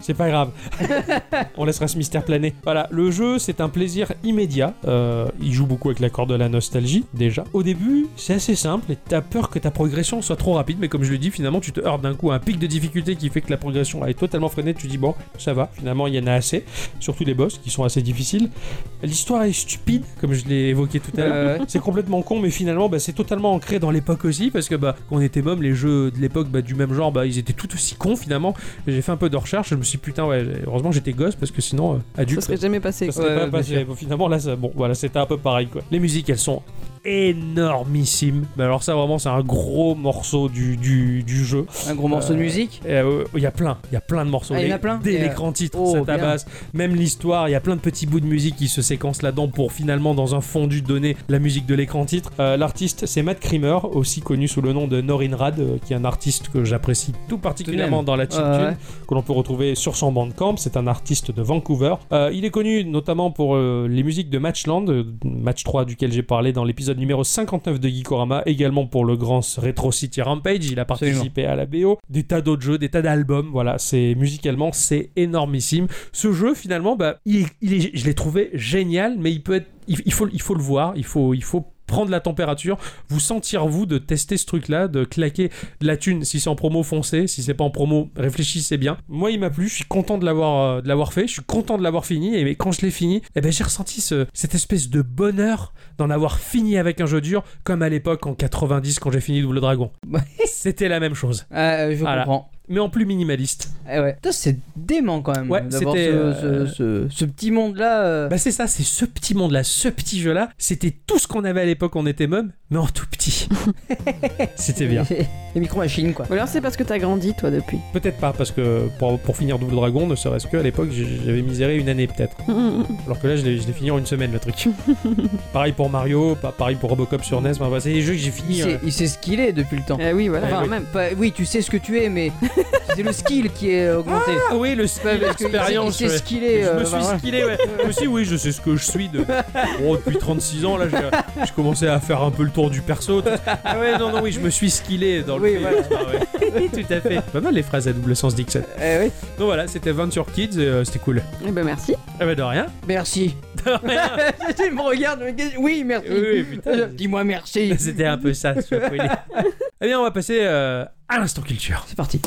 Speaker 2: C'est pas grave. On laissera ce mystère planer. Voilà, le jeu, c'est un plaisir immédiat. Euh, il joue beaucoup avec l'accord de la nostalgie, déjà. Au début, c'est assez simple et t'as peur que ta progression soit trop rapide, mais comme je l'ai dit, finalement, tu te heurtes d'un coup à un pic de difficulté qui fait que la progression est totalement freinée. Tu dis, bon, ça va, finalement, il y en a assez. Surtout les boss qui sont assez difficiles. L'histoire est stupide, comme je l'ai évoqué tout à l'heure.
Speaker 1: Euh,
Speaker 2: C'est complètement con, mais finalement, bah, c'est totalement ancré dans l'époque aussi, parce que bah, quand on était môme, les jeux de l'époque bah, du même genre, bah, ils étaient tout aussi cons finalement. J'ai fait un peu de recherche, je me suis dit, putain, ouais, heureusement j'étais gosse, parce que sinon, euh, adulte,
Speaker 3: Ça serait jamais passé.
Speaker 2: ça
Speaker 3: quoi.
Speaker 2: serait
Speaker 1: Ouais,
Speaker 2: pas
Speaker 1: ouais,
Speaker 2: passé.
Speaker 1: bien
Speaker 2: Bon, Finalement, là, ça- bon, voilà, c'était un peu pareil, quoi. Les musiques, elles sont énormissimes. Mais alors ça, vraiment, c'est un gros morceau du, du, du jeu.
Speaker 1: un gros morceau de musique.
Speaker 2: Et, euh, Il y a plein, il y a plein de morceaux.
Speaker 1: Ah, il y en
Speaker 2: Les-
Speaker 1: a plein
Speaker 2: Dès
Speaker 1: Et,
Speaker 2: les
Speaker 1: euh,
Speaker 2: grands titres,
Speaker 1: oh,
Speaker 2: ça
Speaker 1: bien.
Speaker 2: tabasse. Même l'histoire, il y a plein de petits bouts de musique qui se séquencent là-dedans pour finalement, dans un fondu, donner la musique de l'écran titre. Euh, L'artiste, c'est Matt Kramer, aussi connu sous le nom de Norinrad, euh, qui est un artiste que j'apprécie tout particulièrement dans la chiptune,
Speaker 1: Ouais, ouais.
Speaker 2: que l'on peut retrouver sur son bandcamp. C'est un artiste de Vancouver. Euh, il est connu notamment pour euh, les musiques de Matchland, euh, match 3 duquel j'ai parlé dans l'épisode numéro 59 de Geekorama, également pour le grand Retro City Rampage. Il a participé à la BO, des tas d'autres jeux, des tas d'albums. Voilà, c'est musicalement, c'est énormissime. Ce jeu, finalement, bah, il est- il est- je l'ai trouvé génial, mais il peut être. Il, il faut, il faut le voir, il faut, il faut prendre la température, vous sentir vous de tester ce truc-là, de claquer de la thune. Si c'est en promo, foncez. Si c'est pas en promo, réfléchissez bien. Moi, il m'a plu. Je suis content de l'avoir, euh, de l'avoir fait. Je suis content de l'avoir fini. Et mais quand je l'ai fini, eh ben, j'ai ressenti ce- cette espèce de bonheur d'en avoir fini avec un jeu dur, comme à l'époque en 90 quand j'ai fini Double Dragon.
Speaker 1: Ouais.
Speaker 2: [laughs] C'était la même chose,
Speaker 1: Ah, euh, je
Speaker 2: Voilà.
Speaker 1: comprends.
Speaker 2: mais en plus minimaliste.
Speaker 1: Eh ouais. Putain, c'est dément quand même.
Speaker 2: Ouais,
Speaker 1: D'avoir
Speaker 2: c'était,
Speaker 1: ce,
Speaker 2: euh,
Speaker 1: ce- ce- ce petit monde-là. euh,
Speaker 2: Bah c'est ça, c'est ce petit monde-là, ce petit jeu-là. C'était tout ce qu'on avait à l'époque, on était mum, mais en tout petit. C'était bien.
Speaker 1: [laughs] Les micro-machines, quoi.
Speaker 3: Ou alors c'est parce que t'as grandi, toi, [laughs] depuis.
Speaker 2: Peut-être pas, parce que pour, pour finir Double Dragon, ne serait-ce que à l'époque, j'ai- j'avais miséré une année peut-être.
Speaker 3: Eh
Speaker 2: Alors que là, je l'ai je l'ai fini en une semaine le truc. pareil pour Mario, pas pareil pour Robocop sur NES. Enfin, voilà, c'est des jeux que j'ai
Speaker 1: Il
Speaker 2: fini. euh,
Speaker 1: sait, il sait ce qu'il est depuis le temps.
Speaker 3: Eh oui, voilà,
Speaker 1: Enfin,
Speaker 3: quand même.
Speaker 1: pas- oui, tu sais ce que tu
Speaker 2: [laughs]
Speaker 1: es, mais c'est le skill qui est augmenté.
Speaker 2: Ah oui, le skill,
Speaker 1: Ouais, parce que il sait-
Speaker 2: l'expérience.
Speaker 1: Il sait
Speaker 2: ouais.
Speaker 1: ce qu'il est.
Speaker 2: Je
Speaker 1: euh,
Speaker 2: me
Speaker 1: bah,
Speaker 2: suis
Speaker 1: voilà.
Speaker 2: skillé, ouais. Moi aussi, oui, je sais ce que je suis de... bon, depuis 36 ans. Là, je, je commençais à faire un peu le tour du perso. tout- Ah ouais, non, non, oui, je me suis skillé dans le
Speaker 1: Oui,
Speaker 2: pays,
Speaker 1: voilà.
Speaker 2: ah ouais. Tout à fait. Pas mal les phrases à double sens Dixon.
Speaker 1: Eh oui.
Speaker 2: Donc voilà, c'était Venture Kids, et, euh, c'était cool.
Speaker 3: Eh ben merci.
Speaker 2: Ah bah de rien. [laughs]
Speaker 1: Merci. [laughs] Il me regarde. mais qu'est- Oui, merci.
Speaker 2: Oui, oui, putain.
Speaker 1: [laughs] Dis-moi merci.
Speaker 2: [laughs] C'était un peu ça, je suis folie. Eh bien, on va passer euh, à l'instant culture.
Speaker 1: C'est parti.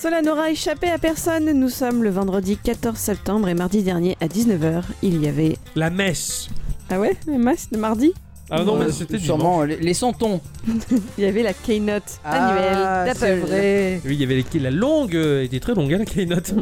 Speaker 3: Cela n'aura échappé à personne. Nous sommes le vendredi 14 septembre et mardi dernier à 19h, il y avait.
Speaker 2: La messe.
Speaker 3: Ah ouais Le mas- le mardi
Speaker 2: Ah non,
Speaker 1: Euh,
Speaker 2: mais c'était du
Speaker 1: sûrement les, les santons
Speaker 3: Il y avait la keynote
Speaker 1: Ah,
Speaker 3: annuelle
Speaker 1: C'est
Speaker 2: [laughs]
Speaker 3: d'Apple.
Speaker 1: vrai.
Speaker 2: Oui, il y avait les- la longue, euh, était très longue, hein, la [laughs] keynote.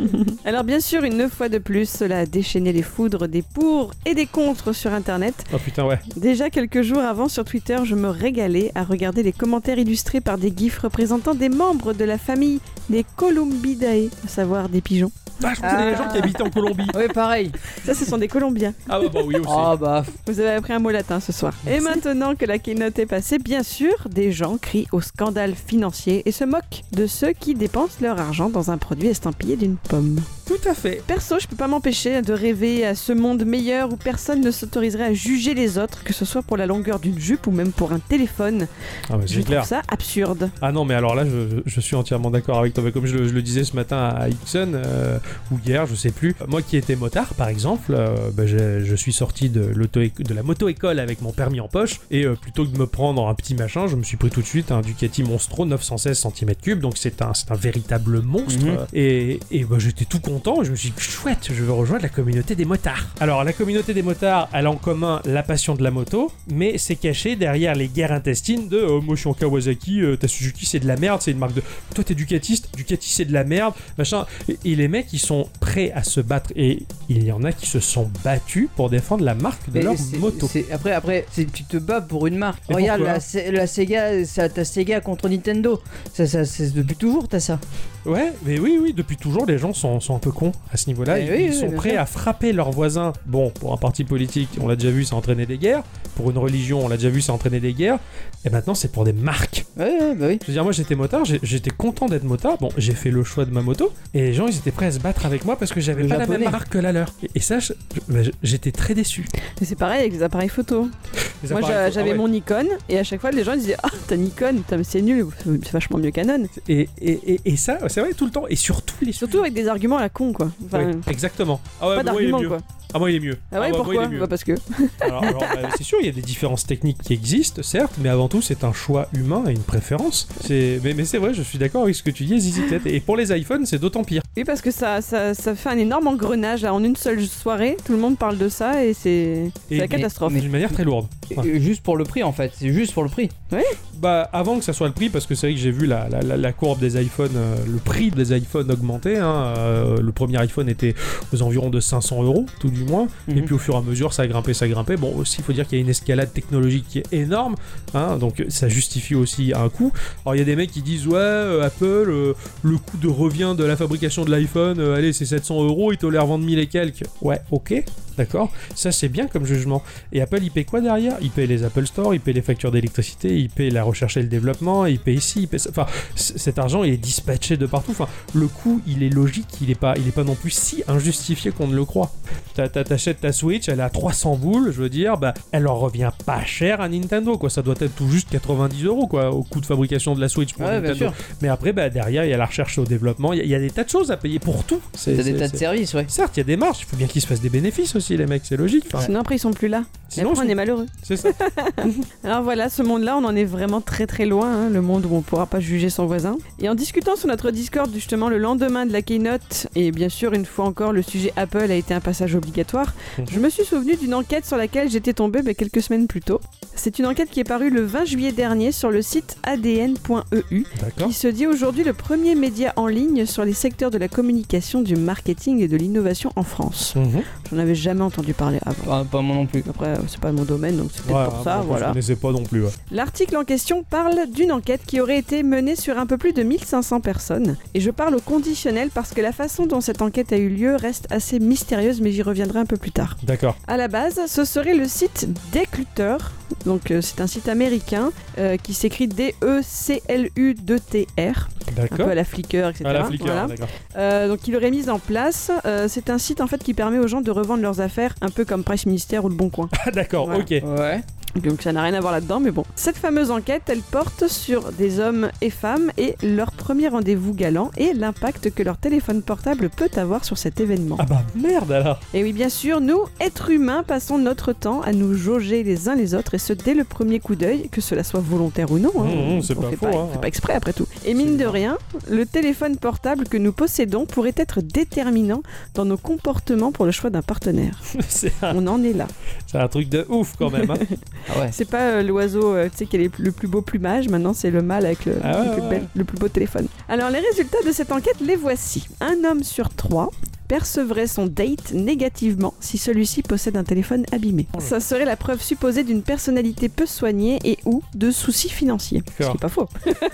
Speaker 3: Alors bien sûr, une fois de plus, cela a déchaîné les foudres des pour et des contre sur Internet.
Speaker 2: Oh putain, ouais.
Speaker 3: Déjà quelques jours avant sur Twitter, je me régalais à regarder les commentaires illustrés par des gifs représentant des membres de la famille des Columbidae, à savoir des pigeons.
Speaker 2: Ah, je pensais à des gens qui habitaient en Colombie.
Speaker 1: Oui, pareil.
Speaker 3: Ça, ce sont des Colombiens.
Speaker 2: Ah bah, bah oui, aussi.
Speaker 1: Ah bah.
Speaker 3: Vous avez appris un mot latin ce soir. Et maintenant que la keynote est passée, bien sûr, des gens crient au scandale financier et se moquent de ceux qui dépensent leur argent dans un produit estampillé d'une pomme.
Speaker 2: Tout à fait.
Speaker 3: Perso, je peux pas m'empêcher de rêver à ce monde meilleur où personne ne s'autoriserait à juger les autres, que ce soit pour la longueur d'une jupe ou même pour un téléphone.
Speaker 2: Ah bah
Speaker 3: Je
Speaker 2: c'est clair.
Speaker 3: trouve ça absurde.
Speaker 2: Ah non, mais alors là, je, je suis entièrement d'accord avec toi. Mais Comme je, le- je le disais ce matin à Ixon, euh, ou hier, je sais plus, moi qui étais motard, par exemple, euh, bah, je, je suis sorti de, l'auto de la moto-école avec mon permis en poche, et euh, plutôt que de me prendre un petit machin, je me suis pris tout de suite un Ducati Monstro 916 cm3, donc c'est un, c'est un véritable monstre.
Speaker 1: Mhm.
Speaker 2: Et, et bah, j'étais tout content, je me suis dit, chouette, je veux rejoindre la communauté des motards. Alors, la communauté des motards, elle a en commun la passion de la moto, mais c'est caché derrière les guerres intestines de euh, moi je suis en Kawasaki, euh, ta Suzuki c'est de la merde, c'est une marque de. Toi t'es Ducatiste, Ducati c'est de la merde, machin. Et, et les mecs ils sont prêts à se battre et il y en a qui se sont battus pour défendre la marque de
Speaker 1: mais
Speaker 2: leur
Speaker 1: c'est-
Speaker 2: moto.
Speaker 1: c'est- Après, après, c'est- tu te bats pour une marque.
Speaker 2: Mais
Speaker 1: Regarde
Speaker 2: pourquoi
Speaker 1: la, Se- la Sega, ça, ta Sega contre Nintendo. Ça, ça, c'est depuis toujours t'as ça.
Speaker 2: Ouais, mais oui, oui, depuis toujours, les gens sont, sont un peu cons à ce niveau-là.
Speaker 1: Eh
Speaker 2: Ils,
Speaker 1: oui,
Speaker 2: ils
Speaker 1: oui,
Speaker 2: sont
Speaker 1: bien
Speaker 2: prêts
Speaker 1: sûr.
Speaker 2: à frapper leurs voisins. Bon, pour un parti politique, on l'a déjà vu, ça a entraîné des guerres. Pour une religion, on l'a déjà vu, ça a entraîné des guerres. Et maintenant, c'est pour des marques.
Speaker 1: Ouais, ouais, bah oui.
Speaker 2: Je veux dire, moi, j'étais motard, j'ai- j'étais content d'être motard. Bon, j'ai fait le choix de ma moto. Et les gens, ils étaient prêts à se battre avec moi parce que j'avais
Speaker 1: Le
Speaker 2: pas la
Speaker 1: japonais.
Speaker 2: même marque que la leur. Et, et ça, je- je- bah, j'étais très déçu.
Speaker 3: Mais c'est pareil avec les appareils photo.
Speaker 2: Les
Speaker 3: Moi,
Speaker 2: appareils
Speaker 3: j'a-
Speaker 2: photo-
Speaker 3: j'avais
Speaker 2: ah ouais.
Speaker 3: mon Nikon et à chaque fois, les gens ils disaient Ah, t'as Nikon, putain, mais c'est nul, c'est vachement mieux Canon.
Speaker 2: Et, et, et- et ça, c'est vrai, tout le temps. Et sur tous les
Speaker 3: Surtout avec des arguments à la con, quoi. Enfin,
Speaker 2: Oui, exactement. Ah ouais,
Speaker 3: pas
Speaker 2: bah, moi, il est
Speaker 3: d'arguments,
Speaker 2: mieux.
Speaker 3: quoi.
Speaker 2: Ah, moi, il est mieux. bah,
Speaker 3: Ah ouais,
Speaker 2: moi, il est
Speaker 3: pourquoi
Speaker 2: mieux.
Speaker 3: Bah, Parce que.
Speaker 2: Alors, alors, bah, c'est sûr, il y a des différences techniques qui existent, certes, mais avant tout, c'est un choix humain et une préférence. C'est... Mais, mais c'est vrai, je suis d'accord avec ce que tu dis, Zizi Tête. Et pour les iPhones, c'est d'autant pire.
Speaker 3: Oui, parce que ça, ça, ça fait un énorme engrenage, là. En une seule soirée, tout le monde parle de ça et c'est c'est
Speaker 2: Et-
Speaker 3: la catastrophe.
Speaker 1: mais-
Speaker 2: D'une manière très lourde. Ouais.
Speaker 1: Euh, Juste pour le prix en fait. C'est juste pour le prix.
Speaker 2: Bah, avant que ça soit le prix, parce que c'est vrai que j'ai vu la, la- la- la courbe des iPhones, euh, le prix des iPhones augmenter. hein. Euh, le premier iPhone était aux environs de 500 euros, tout du moins. Et
Speaker 1: Mhm.
Speaker 2: puis au fur et à mesure, ça a grimpé, ça a grimpé. Bon, aussi, il faut dire qu'il y a une escalade technologique qui est énorme, hein, donc ça justifie aussi un coût. Alors il y a des mecs qui disent, ouais, euh, Apple, euh, le coût de revient de la fabrication de l'iPhone, euh, allez, c'est 700 euros, ils tolèrent vendre 1000 et quelques. Ouais, ok, D'accord Ça, c'est bien comme jugement. Et Apple, il paie quoi derrière Il paie les Apple Store, il paie les factures d'électricité, il paie la recherche et le développement, il paie ici, il paie ça. Enfin, c- cet argent, il est dispatché de partout. Enfin, le coût, il est logique, il est pas, il est pas non plus si injustifié qu'on ne le croit. T'as- t'as- T'achètes ta Switch, elle a 300 boules, je veux dire, bah, elle en revient pas cher à Nintendo, quoi. Ça doit être tout juste 90 euros, quoi, au coût de fabrication de la Switch pour
Speaker 1: Ouais, bien
Speaker 2: Nintendo.
Speaker 1: sûr.
Speaker 2: Mais après, bah, derrière, il y a la recherche et au développement, il y a- il y, a des tas de choses à payer pour tout. C'est-
Speaker 1: T'as des
Speaker 2: c'est-
Speaker 1: tas de
Speaker 2: c'est-
Speaker 1: services, ouais.
Speaker 2: Certes, il y a des marges, il faut bien qu'ils se fassent des bénéfices aussi, les mecs, c'est logique. Enfin,
Speaker 3: Sinon après ils sont plus là. Et
Speaker 2: sinon,
Speaker 3: après, on est malheureux.
Speaker 2: c'est ça.
Speaker 3: Alors voilà, ce monde-là, on en est vraiment très très loin, hein, le monde où on pourra pas juger son voisin. Et en discutant sur notre Discord justement le lendemain de la keynote, et bien sûr une fois encore le sujet Apple a été un
Speaker 2: [laughs]
Speaker 3: passage obligatoire,
Speaker 2: Mhm.
Speaker 3: je me suis souvenu d'une enquête sur laquelle j'étais tombée ben, quelques semaines plus tôt. C'est une enquête qui est parue le 20 juillet dernier sur le site adn.eu
Speaker 2: D'accord.
Speaker 3: E qui se dit aujourd'hui le premier média en ligne sur les secteurs de la communication, du marketing et de l'innovation en France.
Speaker 2: Mhm.
Speaker 3: J'en avais jamais entendu parler avant.
Speaker 1: Pas, pas moi non plus.
Speaker 3: Après, c'est pas mon domaine, donc c'est peut-être
Speaker 2: Ouais, bah,
Speaker 3: pour ça,
Speaker 2: bon, Je
Speaker 3: voilà.
Speaker 2: connaissais pas non plus. ouais.
Speaker 3: L'article en question parle d'une enquête qui aurait été menée sur un peu plus de 1500 personnes. Et je parle au conditionnel parce que la façon dont cette enquête a eu lieu reste assez mystérieuse, mais j'y reviendrai un peu plus tard.
Speaker 2: D'accord.
Speaker 3: À la base, ce serait le site Declutter. Donc, euh, c'est un site américain euh, qui s'écrit E D-E-C-L-U-2-T-R. Un peu
Speaker 2: D'accord.
Speaker 3: à la Flickr, etc.
Speaker 2: À la flicker,
Speaker 3: Voilà.
Speaker 2: d'accord. [laughs]
Speaker 3: Euh, donc il aurait mis en place. euh, c'est un site en fait qui permet aux gens de revendre leurs affaires, un peu comme Price Minister ou le Bon Coin.
Speaker 2: Ah, d'accord,
Speaker 3: Voilà.
Speaker 2: ok.
Speaker 1: Ouais.
Speaker 3: Donc ça n'a rien à voir là-dedans, mais bon. Cette fameuse enquête, elle porte sur des hommes et femmes et leur premier rendez-vous galant et l'impact que leur téléphone portable peut avoir sur cet événement.
Speaker 2: Ah bah merde alors [laughs]
Speaker 3: Et oui, bien sûr, nous, êtres humains, passons notre temps à nous jauger les uns les autres, et ce dès le premier coup d'œil, que cela soit volontaire ou non. hein.
Speaker 2: Mmh, mmh, c'est
Speaker 3: On
Speaker 2: pas
Speaker 3: fait
Speaker 2: faux, hein.
Speaker 3: on fait pas exprès après tout. Et mine de
Speaker 2: Absolument.
Speaker 3: rien, le téléphone portable que nous possédons pourrait être déterminant dans nos comportements pour le choix d'un partenaire.
Speaker 2: C'est un,
Speaker 3: on en est là.
Speaker 2: c'est un truc de ouf quand même. hein.
Speaker 1: Ah ouais.
Speaker 3: C'est pas euh, l'oiseau, euh, tu sais, qui a les- le plus beau plumage, maintenant c'est le mâle avec le,
Speaker 2: Ah ouais,
Speaker 3: le plus
Speaker 2: ouais,
Speaker 3: bel-
Speaker 2: ouais.
Speaker 3: le plus beau téléphone. Alors les résultats de cette enquête, les voici. Un homme sur trois percevrait son date négativement si celui-ci possède un téléphone abîmé.
Speaker 2: Oh
Speaker 3: Ça serait la preuve supposée d'une personnalité peu soignée et ou de soucis financiers. Ce qui
Speaker 2: D'accord.
Speaker 3: est pas faux.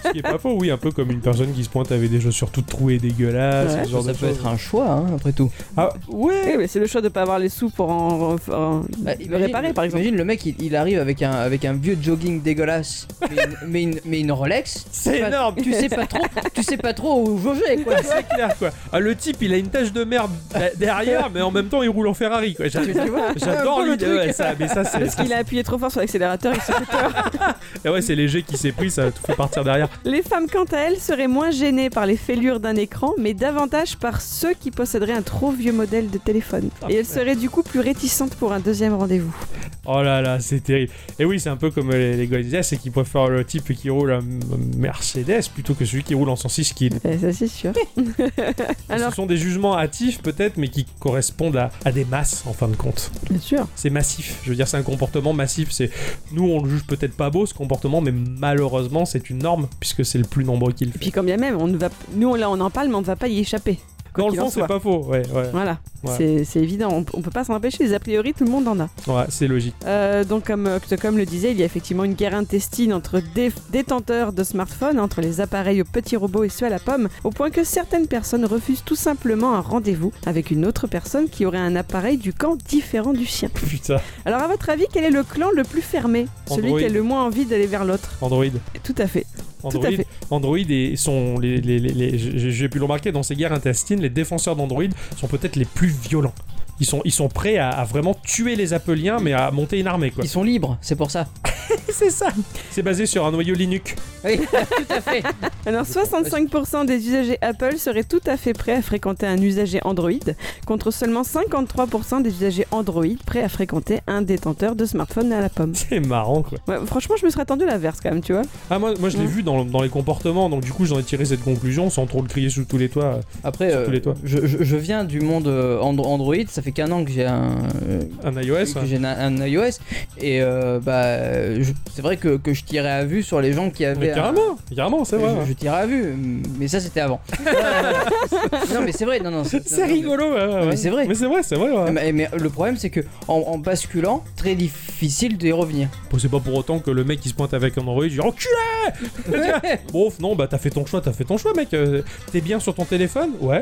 Speaker 2: Ce qui est pas faux, oui, un peu comme une personne qui se pointe avec des chaussures toutes trouées, dégueulasses,
Speaker 3: Ouais.
Speaker 2: ce genre
Speaker 1: ça
Speaker 2: de
Speaker 1: peut
Speaker 2: choses.
Speaker 1: être un choix, hein, après tout.
Speaker 2: Ah ouais
Speaker 3: Eh, mais c'est le choix de pas avoir les sous pour en, en- en-
Speaker 1: Bah,
Speaker 3: le
Speaker 1: imagine-
Speaker 3: réparer par exemple.
Speaker 1: Imagine le mec, il, il arrive avec un, avec un vieux jogging dégueulasse, mais une, mais une, mais une Rolex.
Speaker 2: [laughs] C'est
Speaker 1: Enfin,
Speaker 3: [laughs]
Speaker 2: énorme
Speaker 1: Tu sais pas trop, tu sais pas trop où jauger quoi.
Speaker 2: [laughs] C'est clair quoi ah, Le type il a une tache de merde de- derrière mais en même temps il roule en Ferrari quoi
Speaker 3: [laughs]
Speaker 2: J'a-
Speaker 1: Tu- tu vois
Speaker 2: J'adore
Speaker 1: Un peu le
Speaker 2: l'idée
Speaker 1: truc.
Speaker 2: ouais, ça, mais ça c'est
Speaker 3: Parce qu'il a appuyé trop fort sur l'accélérateur, il s'est fait peur.
Speaker 2: Ah ouais, c'est léger qui s'est pris, ça a tout fait partir derrière.
Speaker 3: Les femmes, quant à elles, seraient moins gênées par les fêlures d'un écran, mais davantage par ceux qui posséderaient un trop vieux modèle de téléphone.
Speaker 2: Ah,
Speaker 3: Et elles seraient du coup plus réticentes pour un deuxième rendez-vous.
Speaker 2: Oh là là, c'est terrible. Et oui, c'est un peu comme euh, les, les gars disaient, c'est qu'ils préfèrent le type qui roule un Mercedes plutôt que celui qui roule en 106 qui
Speaker 3: Eh, ça, c'est sûr. Alors,
Speaker 2: Ce sont des jugements hâtifs peut-être, mais qui correspondent à, à des masses en fin de compte.
Speaker 3: bien sûr.
Speaker 2: C'est massif. Je veux dire, c'est un comportement massif. C'est nous, on le juge peut-être pas beau ce comportement, mais malheureusement, c'est une norme puisque c'est le plus nombreux qui le
Speaker 3: Et
Speaker 2: fait.
Speaker 3: puis, quand bien même, on ne va... nous, là, on en parle, mais on ne va pas y échapper. quoi
Speaker 2: Dans le
Speaker 3: qu'il en
Speaker 2: fond, c'est
Speaker 3: soit.
Speaker 2: pas faux. Ouais, ouais,
Speaker 3: Voilà,
Speaker 2: Ouais.
Speaker 3: C'est- c'est évident, on, on peut pas s'en empêcher, les a priori, tout le monde en a.
Speaker 2: ouais, c'est logique. [laughs]
Speaker 3: Euh, donc, comme, euh, comme le disait, il y a effectivement une guerre intestine entre dé- détenteurs de smartphones, entre les appareils aux petits robots et ceux à la pomme, au point que certaines personnes refusent tout simplement un rendez-vous avec une autre personne qui aurait un appareil du camp différent du sien.
Speaker 2: Putain,
Speaker 3: Alors, à votre avis, quel est le clan le plus fermé Celui
Speaker 2: Android.
Speaker 3: qui a le moins envie d'aller vers l'autre
Speaker 2: Android.
Speaker 3: Tout à fait.
Speaker 2: Android,
Speaker 3: Tout à fait. [laughs]
Speaker 2: Android et sont les, les- les- les- j'ai j'ai pu le remarquer dans ces guerres intestines, les défenseurs d'Android sont peut-être les plus violents. Ils sont, ils sont prêts à, à vraiment tuer les Appeliens, mais à monter une armée quoi.
Speaker 1: Ils sont libres, c'est pour ça.
Speaker 2: C'est ça. C'est basé sur un noyau Linux. [laughs]
Speaker 1: Oui, [laughs] tout à fait.
Speaker 3: Alors, 65% des usagers Apple seraient tout à fait prêts à fréquenter un usager Android, contre seulement 53% des usagers Android prêts à fréquenter un détenteur de smartphone à la pomme.
Speaker 2: C'est marrant quoi.
Speaker 3: Ouais, franchement, je me serais attendu à l'inverse quand même, tu vois.
Speaker 2: Ah moi, moi je l'ai
Speaker 3: Ouais.
Speaker 2: vu dans, dans les comportements, donc du coup j'en ai tiré cette conclusion sans trop le crier sous tous les toits.
Speaker 1: Après,
Speaker 2: Sur
Speaker 1: euh,
Speaker 2: tous les toits.
Speaker 1: je, je- je viens du monde euh, Andro- Android, ça fait qu'un an que j'ai un, euh,
Speaker 2: Un iOS.
Speaker 1: que
Speaker 2: hein.
Speaker 1: j'ai un, un iOS et euh, bah je- c'est vrai que, que je tirais à vue sur les gens qui avaient
Speaker 2: Mais
Speaker 1: un-
Speaker 2: carrément, carrément, c'est vrai. hein.
Speaker 1: je, je tirais à vue mais ça
Speaker 2: [laughs]
Speaker 1: c'était avant non mais c'est vrai non non
Speaker 2: C'est
Speaker 1: non, mais-
Speaker 2: rigolo. ouais, ouais,
Speaker 1: mais
Speaker 2: ouais.
Speaker 1: c'est vrai.
Speaker 2: Mais c'est vrai, c'est vrai. ouais.
Speaker 1: Ah, mais, mais le problème c'est que en, en basculant très difficile d'y
Speaker 2: [laughs]
Speaker 1: revenir
Speaker 2: Bon, c'est pas pour autant que le mec qui se pointe avec un Android, il dit enculé
Speaker 1: Eh
Speaker 2: Bon, non, bah t'as fait ton choix, t'as fait ton choix, mec. Euh, T'es bien sur ton téléphone Ouais.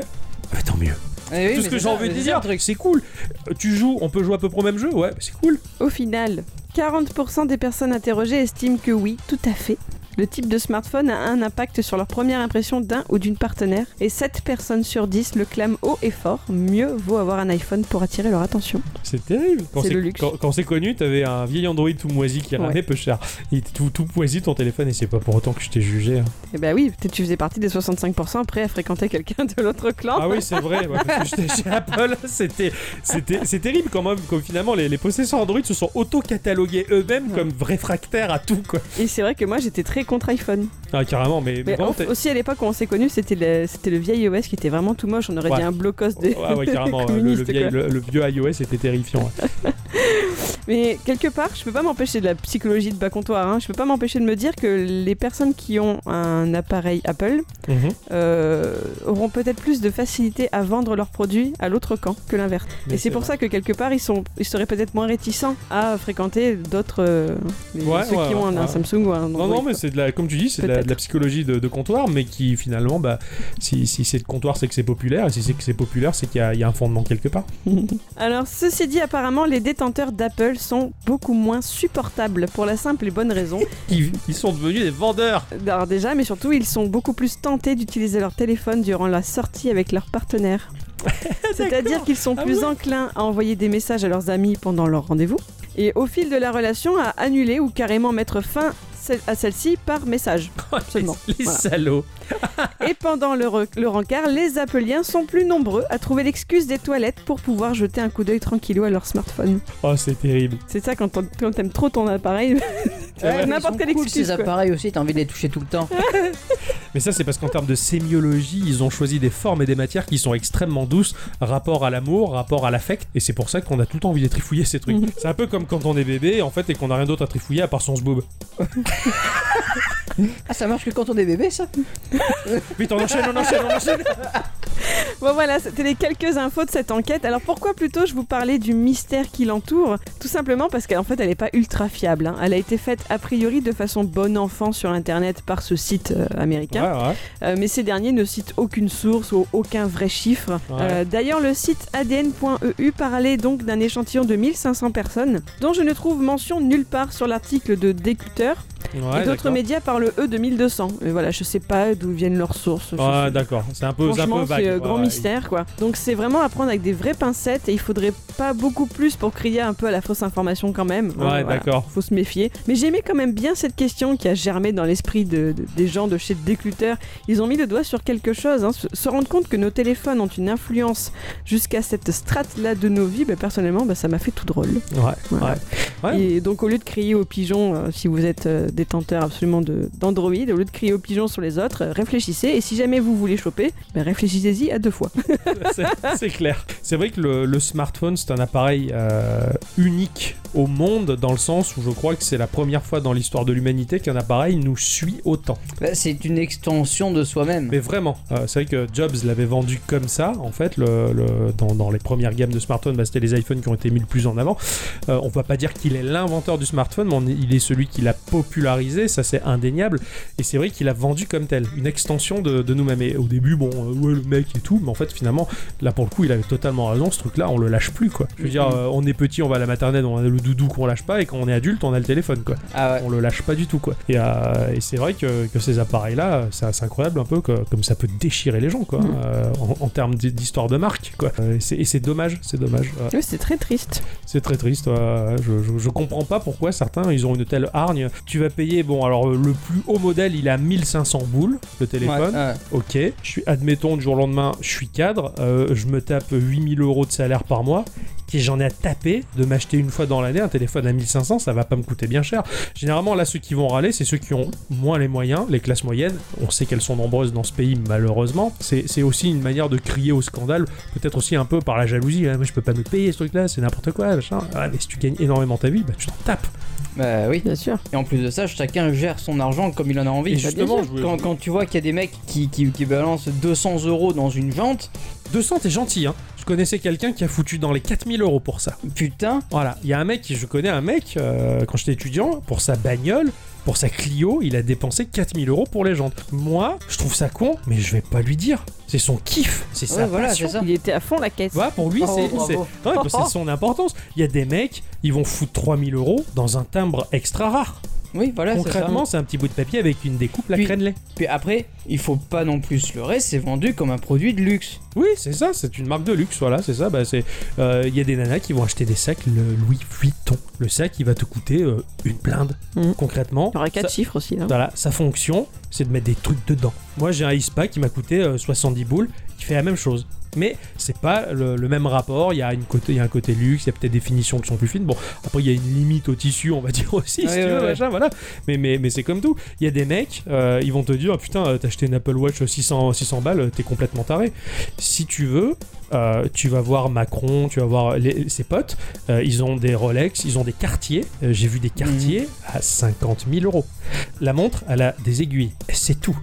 Speaker 2: Bah, tant mieux.
Speaker 1: Eh oui,
Speaker 2: tout ce
Speaker 1: mais
Speaker 2: que
Speaker 1: c'est
Speaker 2: j'ai
Speaker 1: ça,
Speaker 2: envie de
Speaker 1: mais c'est
Speaker 2: dire.
Speaker 1: ça le truc.
Speaker 2: C'est cool. Euh, Tu joues, on peut jouer à peu près au même jeu, ouais, bah, c'est cool.
Speaker 3: Au final, 40% des personnes interrogées estiment que oui, tout à fait. Le type de smartphone a un impact sur leur première impression d'un ou d'une partenaire, et 7 personnes sur 10 le clament haut et fort. Mieux vaut avoir un iPhone pour attirer leur attention.
Speaker 2: C'est terrible. Quand
Speaker 3: C'est le luxe.
Speaker 2: Quand, quand c'est connu, t'avais un vieil Android tout moisi qui ramait
Speaker 3: Ouais.
Speaker 2: peu cher. Il était tout, tout moisi ton téléphone et c'est pas pour autant que je t'ai jugé. hein.
Speaker 3: Et bah oui, peut-être tu faisais partie des 65% prêts à fréquenter quelqu'un de l'autre clan.
Speaker 2: Ah oui, c'est vrai. ouais, parce que j'étais chez Apple, c'était, c'était, c'est terrible quand même. Comme finalement, les, les possesseurs Android se sont auto-catalogués eux-mêmes comme réfractaires à tout quoi.
Speaker 3: Et c'est vrai que moi j'étais très contre iPhone.
Speaker 2: Ah carrément, mais,
Speaker 3: Mais
Speaker 2: vraiment,
Speaker 3: en-
Speaker 2: t'es-
Speaker 3: aussi à l'époque où on s'est connus, c'était le, c'était le vieil iOS qui était vraiment tout moche. On aurait
Speaker 2: Ouais. Oh,
Speaker 3: dit un blocos de.
Speaker 2: Ouais, ouais, carrément. euh, Le, le
Speaker 3: communiste,
Speaker 2: vieil,
Speaker 3: quoi.
Speaker 2: le- le vieux iOS était terrifiant. ouais.
Speaker 3: [laughs] Mais quelque part, je peux pas m'empêcher de la psychologie de bas comptoir. hein. Je peux pas m'empêcher de me dire que les personnes qui ont un appareil Apple
Speaker 2: Mhm.
Speaker 3: euh, auront peut-être plus de facilité à vendre leurs produits à l'autre camp que l'inverse.
Speaker 2: Mais
Speaker 3: Et c'est pour
Speaker 2: vrai.
Speaker 3: ça que quelque part, ils, sont, ils seraient peut-être moins réticents à fréquenter d'autres. euh, les-
Speaker 2: Ouais,
Speaker 3: ceux
Speaker 2: ouais,
Speaker 3: qui ont un,
Speaker 2: ouais.
Speaker 3: un Samsung ou un
Speaker 2: Non,
Speaker 3: Android,
Speaker 2: non,
Speaker 3: quoi.
Speaker 2: mais c'est de la, comme tu dis, c'est de la, de la
Speaker 3: Peut-être.
Speaker 2: psychologie de, de comptoir, mais qui finalement, bah, si, si c'est de comptoir, c'est que c'est populaire, et si c'est que c'est populaire, c'est qu'il y a- il y a un fondement quelque part.
Speaker 3: [laughs] Alors, ceci dit, apparemment, les détenteurs d'Apple sont beaucoup moins supportables pour la simple et bonne raison.
Speaker 2: Ils, ils sont devenus des vendeurs. [laughs]
Speaker 3: Alors, déjà, mais surtout, ils sont beaucoup plus tentés d'utiliser leur téléphone durant la sortie avec leur
Speaker 2: [laughs]
Speaker 3: partenaire. C'est-à-dire qu'ils sont
Speaker 2: Ah
Speaker 3: plus
Speaker 2: ouais.
Speaker 3: enclins à envoyer des messages à leurs amis pendant leur rendez-vous et au fil de la relation à annuler ou carrément mettre fin cel- à celle-ci par message. Absolument.
Speaker 2: Oh, Les, les
Speaker 3: Voilà.
Speaker 2: salauds.
Speaker 3: Et pendant le, re- le rencard, les Appeliens sont plus nombreux à trouver l'excuse des toilettes pour pouvoir jeter un coup d'œil tranquillou à leur smartphone.
Speaker 2: Oh, c'est terrible.
Speaker 3: C'est ça quand, t'en- quand t'aimes trop ton appareil. [laughs]
Speaker 2: Ouais,
Speaker 1: mais ils
Speaker 3: n'importe
Speaker 1: sont
Speaker 3: quelle
Speaker 1: cool,
Speaker 3: excuse,
Speaker 1: Ces
Speaker 3: quoi.
Speaker 1: appareils aussi, t'as envie de les toucher tout
Speaker 2: [laughs]
Speaker 1: le temps.
Speaker 2: Mais ça, c'est parce qu'en termes de sémiologie, ils ont choisi des formes et des matières qui sont extrêmement douces, rapport à l'amour, rapport à l'affect, et c'est pour ça qu'on a tout le temps envie de les trifouiller ces trucs.
Speaker 3: Mhm.
Speaker 2: C'est un peu comme quand on est bébé, en fait, et qu'on a rien d'autre à trifouiller à part son zboob.
Speaker 1: Ah, ça marche que quand on est bébé, ça
Speaker 2: Vite, on enchaîne, on enchaîne, on
Speaker 3: [laughs]
Speaker 2: enchaîne.
Speaker 3: Bon voilà, c'était les quelques infos de cette enquête. Alors pourquoi plutôt je vous parlais du mystère qui l'entoure Tout simplement parce qu'en fait elle n'est pas ultra fiable. hein. Elle a été faite a priori de façon bon enfant sur Internet par ce site euh, américain.
Speaker 2: Ouais, ouais.
Speaker 3: Euh, mais ces derniers ne citent aucune source ou aucun vrai chiffre.
Speaker 2: Ouais.
Speaker 3: Euh, D'ailleurs, le site adn.eu E parlait donc d'un échantillon de 1500 personnes, dont je ne trouve mention nulle part sur l'article de Décuteur.
Speaker 2: Ouais,
Speaker 3: et d'autres
Speaker 2: d'accord.
Speaker 3: médias parlent eux de 1200. Et voilà, je sais pas d'où viennent leurs sources. je
Speaker 2: Ouais,
Speaker 3: sais-
Speaker 2: d'accord. C'est un peu, c'est un peu
Speaker 3: Franchement,
Speaker 2: vague.
Speaker 3: c'est euh,
Speaker 2: Ouais,
Speaker 3: grand
Speaker 2: ouais.
Speaker 3: mystère quoi. Donc c'est vraiment à prendre avec des vraies pincettes et il faudrait pas beaucoup plus pour crier un peu à la fausse information quand même.
Speaker 2: Ouais,
Speaker 3: Euh, voilà.
Speaker 2: d'accord.
Speaker 3: Faut se méfier. Mais j'aimais quand même bien cette question qui a germé dans l'esprit de- de- des gens de chez Décluteur. Ils ont mis le doigt sur quelque chose. hein. Se, se rendre compte que nos téléphones ont une influence jusqu'à cette strate-là de nos vies, bah, personnellement, bah, ça m'a fait tout drôle.
Speaker 2: Ouais, ouais.
Speaker 3: Voilà.
Speaker 2: Ouais.
Speaker 3: Et donc au lieu de crier aux pigeons, euh, si vous êtes euh, détenteur absolument de- d'Android, au lieu de crier aux pigeons sur les autres, euh, réfléchissez. Et si jamais vous voulez choper, ben, réfléchissez-y à deux fois.
Speaker 2: [laughs] C'est- c'est clair. C'est vrai que le, le smartphone, c'est un appareil euh, unique au monde, dans le sens où je crois que c'est la première fois dans l'histoire de l'humanité qu'un appareil nous suit autant.
Speaker 1: Bah, C'est une extension de soi-même.
Speaker 2: Mais vraiment, euh, c'est vrai que Jobs l'avait vendu comme ça, en fait, le, le- dans, dans les premières gammes de smartphones, bah, c'était les iPhones qui ont été mis le plus en avant. Euh, on va pas dire qu'il est l'inventeur du smartphone, mais on est- il est celui qui l'a popularisé, ça c'est indéniable. Et c'est vrai qu'il a vendu comme tel, une extension de, de nous-mêmes. Et au début, bon, euh, ouais, le mec et tout, mais en fait, finalement, là pour le coup, il avait totalement raison, ce truc-là, on le lâche plus, quoi. Je veux dire, euh, on est petit, on va à la maternelle, on a le doudou qu'on lâche pas, et quand on est adulte, on a le téléphone, quoi
Speaker 1: Ah ouais.
Speaker 2: on le lâche pas du tout quoi. Et, euh, et c'est vrai que, que ces appareils là, euh, c'est c'est incroyable un peu que- comme ça peut déchirer les gens quoi,
Speaker 3: Mm.
Speaker 2: euh, en, en termes d'hi- d'histoire de marque quoi. Euh, et c'est- Et c'est dommage, c'est dommage. Euh,
Speaker 3: Oui, c'est très triste.
Speaker 2: c'est très triste. euh, je, je, je comprends pas pourquoi certains ils ont une telle hargne. Tu vas payer bon alors euh, le plus haut modèle il a 1500 boules le téléphone.
Speaker 1: Ouais, ouais.
Speaker 2: Ok, je suis, admettons, du jour au lendemain, je suis cadre, euh, je me tape 8000 euros de salaire par mois, qui j'en ai à taper de m'acheter une fois dans l'année un téléphone à 1500, ça va pas me coûter bien cher. Généralement, là, ceux qui vont râler, c'est ceux qui ont moins les moyens, les classes moyennes. On sait qu'elles sont nombreuses dans ce pays, malheureusement. C'est c'est aussi une manière de crier au scandale, peut-être aussi un peu par la jalousie. Hein, mais je peux pas me le payer ce truc-là, c'est n'importe quoi, machin. Ah, mais si tu gagnes énormément ta vie, bah, tu t'en tapes.
Speaker 1: Bah oui.
Speaker 3: Bien sûr.
Speaker 1: Et en plus de ça, chacun gère son argent comme il en a envie.
Speaker 2: Et
Speaker 1: Bah, bien
Speaker 2: justement,
Speaker 1: sûr.
Speaker 2: je voulais-
Speaker 1: quand, quand tu vois qu'il y a des mecs qui, qui, qui balancent 200 euros dans une vente,
Speaker 2: 200, t'es gentil, hein. Je connaissais quelqu'un qui a foutu dans les 4000 euros pour ça.
Speaker 1: putain,
Speaker 2: Voilà, il y a un mec, je connais un mec, euh, quand j'étais étudiant, pour sa bagnole, Pour sa Clio, il a dépensé 4000 euros pour Legend. Moi, je trouve ça con, mais je vais pas lui dire. C'est son kiff, c'est sa
Speaker 1: Ouais, voilà,
Speaker 2: passion.
Speaker 1: c'est ça.
Speaker 3: Il était à fond la caisse.
Speaker 2: Voilà, pour lui,
Speaker 1: Oh,
Speaker 2: c'est-
Speaker 1: bravo.
Speaker 2: c'est ouais, bah, c'est son importance. Il y a des mecs, ils vont foutre 3000 euros dans un timbre extra rare.
Speaker 1: Oui, voilà, c'est ça.
Speaker 2: Concrètement, c'est un petit bout de papier avec une découpe la
Speaker 1: Puis-
Speaker 2: crêne
Speaker 1: Puis après, il faut pas non plus se leurrer, c'est vendu comme un produit de luxe.
Speaker 2: Oui, c'est ça, c'est une marque de luxe, voilà, c'est ça. bah, c'est, euh, Il y a des nanas qui vont acheter des sacs le Louis Vuitton. Le sac, il va te coûter euh, une blinde.
Speaker 1: Mmh.
Speaker 3: Mhm.
Speaker 2: Concrètement,
Speaker 3: Il y aurait 4
Speaker 2: ça-
Speaker 3: chiffres aussi. Hein.
Speaker 2: Voilà, sa fonction, c'est de mettre des trucs dedans. Moi, j'ai un ISPA qui m'a coûté euh, 70 boules, qui fait la même chose. Mais c'est pas le, le même rapport, il y, a une côté, il y a un côté luxe, il y a peut-être des finitions qui sont plus fines. Bon, après, il y a une limite au tissu, on va [laughs] dire aussi, si
Speaker 1: Ouais,
Speaker 2: tu
Speaker 1: ouais,
Speaker 2: veux,
Speaker 1: ouais.
Speaker 2: machin, voilà. Mais, mais, mais c'est comme tout. Il y a des mecs, euh, ils vont te dire, ah, putain, euh, t'as acheté une Apple Watch 600, 600 balles, euh, t'es complètement taré. Si tu veux, euh, tu vas voir Macron, tu vas voir les- ses potes, euh, ils ont des Rolex, ils ont des quartiers. Euh, j'ai vu des
Speaker 3: Mhm.
Speaker 2: quartiers à 50 000 euros. La montre, elle a des aiguilles. C'est tout.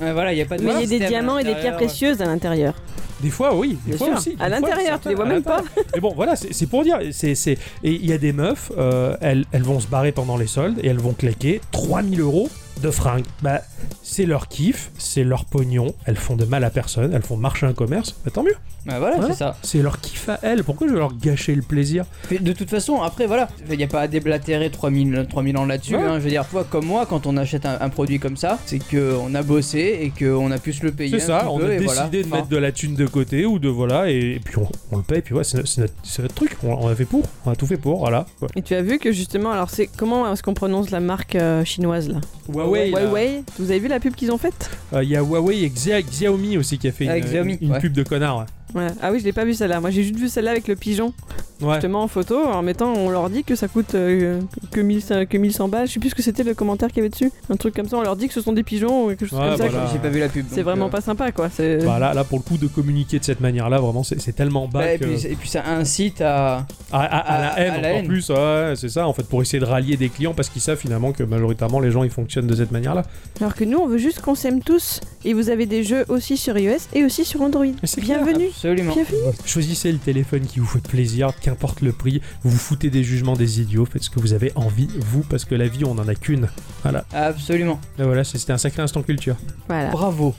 Speaker 1: Ouais, voilà, il y a pas de
Speaker 3: Mais il y a des
Speaker 1: système à
Speaker 3: diamants et des pierres
Speaker 1: l'intérieur.
Speaker 3: précieuses à l'intérieur.
Speaker 2: Des fois, oui. Des
Speaker 3: Bien
Speaker 2: fois
Speaker 3: sûr.
Speaker 2: aussi. Des
Speaker 3: à
Speaker 2: fois,
Speaker 3: l'intérieur, tu les vois
Speaker 2: certains, à
Speaker 3: même pas.
Speaker 2: Mais bon, voilà, c'est c'est pour dire. c'est c'est- Et il y a des meufs, euh, elles, elles vont se barrer pendant les soldes et elles vont claquer 3000 euros de fringues. Bah, c'est leur kiff, c'est leur pognon. Elles font de mal à personne, elles font marcher un commerce. Bah, tant mieux.
Speaker 1: Ouais, voilà,
Speaker 2: Voilà.
Speaker 1: c'est ça.
Speaker 2: C'est leur kiff à elles. Pourquoi je vais leur gâcher le plaisir
Speaker 1: Puis, de toute façon, après, voilà, il n'y a pas à déblatérer 3000, 3000 ans là-dessus.
Speaker 2: Ouais.
Speaker 1: hein. je veux dire, toi comme moi, quand on achète un, un produit comme ça, c'est qu'on a bossé et qu'on a pu se le payer.
Speaker 2: C'est
Speaker 1: un
Speaker 2: ça,
Speaker 1: petit
Speaker 2: on
Speaker 1: peu,
Speaker 2: a
Speaker 1: et
Speaker 2: décidé
Speaker 1: voilà.
Speaker 2: de
Speaker 1: Enfin,
Speaker 2: mettre de la thune de côté ou de voilà, et, et puis on, on le paye, puis ouais, c'est no- c'est notre, c'est notre truc, on, on a fait pour, on a tout fait pour, voilà. Ouais.
Speaker 3: Et tu as vu que justement, alors c'est comment est-ce qu'on prononce la marque euh, chinoise là
Speaker 2: Huawei, là.
Speaker 3: Huawei. Vous avez vu la pub qu'ils ont faite
Speaker 2: Euh, Il y a Huawei et Xia- Xiaomi aussi qui a fait
Speaker 1: Ah,
Speaker 2: une,
Speaker 1: Xiaomi,
Speaker 2: une
Speaker 1: ouais.
Speaker 2: pub de connard. ouais.
Speaker 3: Ouais. Ah oui, je l'ai pas vu celle-là. Moi, j'ai juste vu celle-là avec le pigeon
Speaker 2: Ouais.
Speaker 3: justement en photo. En mettant, on leur dit que ça coûte euh, que, 1000 que 1100 balles. Je sais plus ce que c'était le commentaire qu'il y avait dessus. Un truc comme ça. On leur dit que ce sont des pigeons ou quelque chose
Speaker 2: Ouais,
Speaker 3: comme ça.
Speaker 2: voilà.
Speaker 1: J'ai pas vu la pub.
Speaker 3: C'est
Speaker 1: donc,
Speaker 3: vraiment
Speaker 1: euh,
Speaker 3: pas sympa, quoi. C'est
Speaker 2: Bah là, là, pour le coup, de communiquer de cette manière-là, vraiment, c'est c'est tellement bas
Speaker 1: bah, et,
Speaker 2: que-
Speaker 1: puis, et puis ça incite à.
Speaker 2: à, à- à
Speaker 1: à-
Speaker 2: la haine
Speaker 1: à la
Speaker 2: encore
Speaker 1: haine.
Speaker 2: plus, ouais, c'est ça, en fait, pour essayer de rallier des clients parce qu'ils savent finalement que majoritairement les gens ils fonctionnent de cette manière-là.
Speaker 3: Alors que nous, on veut juste qu'on s'aime tous. Et vous avez des jeux aussi sur iOS et aussi sur Android.
Speaker 2: Mais c'est clair.
Speaker 3: Bienvenue.
Speaker 1: Absolument.
Speaker 3: Bienvenue.
Speaker 2: Choisissez le téléphone qui vous fait plaisir, qu'importe le prix, vous vous foutez des jugements des idiots, faites ce que vous avez envie, vous, parce que la vie, on en a qu'une. Voilà,
Speaker 1: Absolument.
Speaker 2: Là, voilà, c'est- c'était un sacré instant culture.
Speaker 1: Ah.
Speaker 3: Voilà.
Speaker 1: Bravo.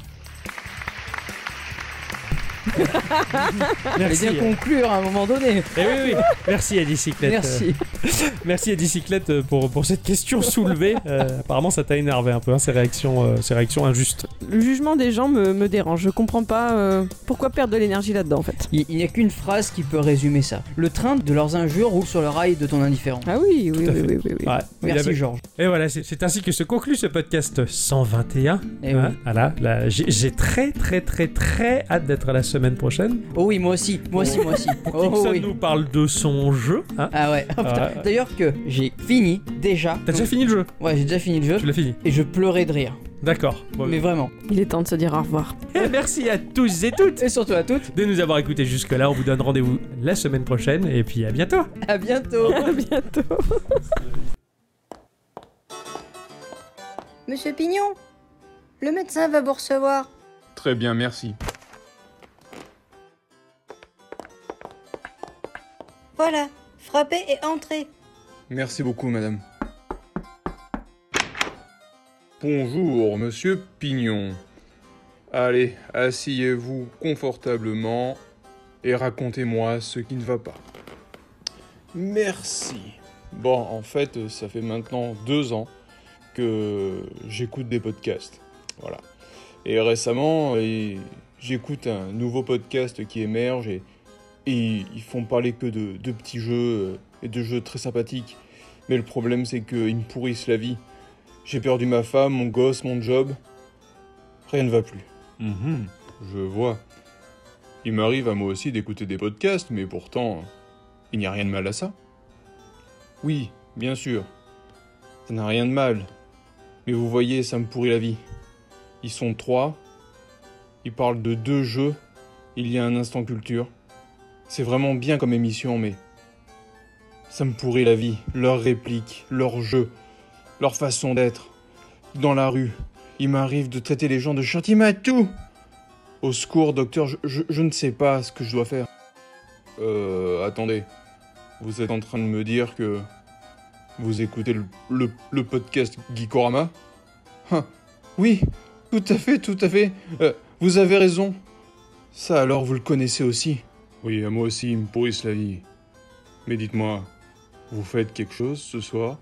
Speaker 1: [laughs]
Speaker 2: Merci.
Speaker 1: Et bien conclure à un moment donné.
Speaker 2: Eh oui, oui, oui. Merci à Dicyclette.
Speaker 1: Merci.
Speaker 2: Euh, merci à Dicyclette euh, pour, pour cette question soulevée. Euh, apparemment, ça t'a énervé un peu, hein, ces, réactions, euh, ces réactions injustes.
Speaker 3: Le jugement des gens me, me dérange. Je comprends pas euh, pourquoi perdre de l'énergie là-dedans, en fait.
Speaker 1: Il, il n'y a qu'une phrase qui peut résumer ça. Le train de leurs injures roule sur le rail de ton indifférence.
Speaker 3: Ah oui, oui,
Speaker 2: à
Speaker 3: oui,
Speaker 2: fait.
Speaker 3: oui, oui, oui.
Speaker 2: Ouais. Il
Speaker 1: Merci
Speaker 2: avait-
Speaker 1: Georges.
Speaker 2: Et voilà, c'est- c'est ainsi que se conclut ce podcast 121.
Speaker 1: Eh oui.
Speaker 2: Hein, voilà, là, j'ai j'ai très, très, très, très hâte d'être la semaine prochaine.
Speaker 1: Oh oui, moi aussi, moi aussi, moi aussi. Oh
Speaker 2: Dixon
Speaker 1: oui.
Speaker 2: nous parle de son jeu. hein.
Speaker 1: Ah ouais. Oh, putain.
Speaker 2: Ouais.
Speaker 1: [laughs] D'ailleurs que j'ai fini déjà.
Speaker 2: T'as déjà fini le jeu
Speaker 1: Ouais, j'ai déjà fini le jeu
Speaker 2: Tu l'as fini
Speaker 1: et je pleurais de rire.
Speaker 2: D'accord. Bon,
Speaker 1: Mais vraiment.
Speaker 3: Il est temps de se dire au revoir.
Speaker 2: Et merci à tous et toutes
Speaker 1: Et surtout à toutes.
Speaker 2: de nous avoir écoutés jusque-là. On vous donne rendez-vous la semaine prochaine et puis à bientôt.
Speaker 1: À bientôt.
Speaker 3: À bientôt.
Speaker 5: Monsieur Pignon, le médecin va vous recevoir.
Speaker 6: Très bien, merci.
Speaker 5: Voilà, frappez et entrez.
Speaker 6: Merci beaucoup, madame. Bonjour, monsieur Pignon. Allez, asseyez-vous confortablement et racontez-moi ce qui ne va pas. Merci. Bon, en fait, ça fait maintenant deux ans que j'écoute des podcasts. Voilà. Et récemment, et j'écoute un nouveau podcast qui émerge et et ils font parler que de, de petits jeux euh, et de jeux très sympathiques. Mais le problème, c'est qu'ils me pourrissent la vie. J'ai perdu ma femme, mon gosse, mon job. Rien ne va plus. Je vois. Il m'arrive à moi aussi d'écouter des podcasts, mais pourtant, il n'y a rien de mal à ça. Oui, bien sûr. Ça n'a rien de mal. Mais vous voyez, ça me pourrit la vie. Ils sont trois. Ils parlent de deux jeux. Il y a un instant culture. C'est vraiment bien comme émission, mais ça me pourrit la vie. Leurs répliques, leurs jeux, leur façon d'être. Dans la rue, il m'arrive de traiter les gens de chantimatou. Au secours, docteur, je, je- je ne sais pas ce que je dois faire. Euh, attendez. Vous êtes en train de me dire que Vous écoutez le, le- le podcast Geekorama Hein, Oui, tout à fait, tout à fait. Euh, vous avez raison. Ça alors, vous le connaissez aussi Oui, à moi aussi, ils me pourrissent la vie. Mais dites-moi, vous faites quelque chose ce soir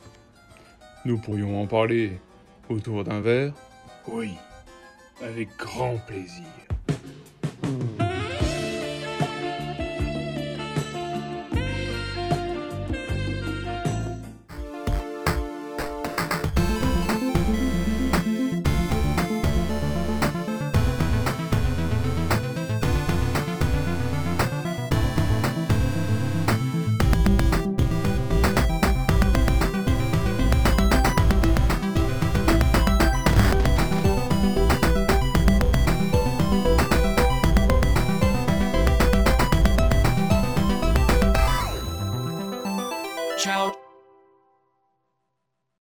Speaker 6: Nous pourrions en parler autour d'un verre Oui, avec grand plaisir.
Speaker 7: Ciao.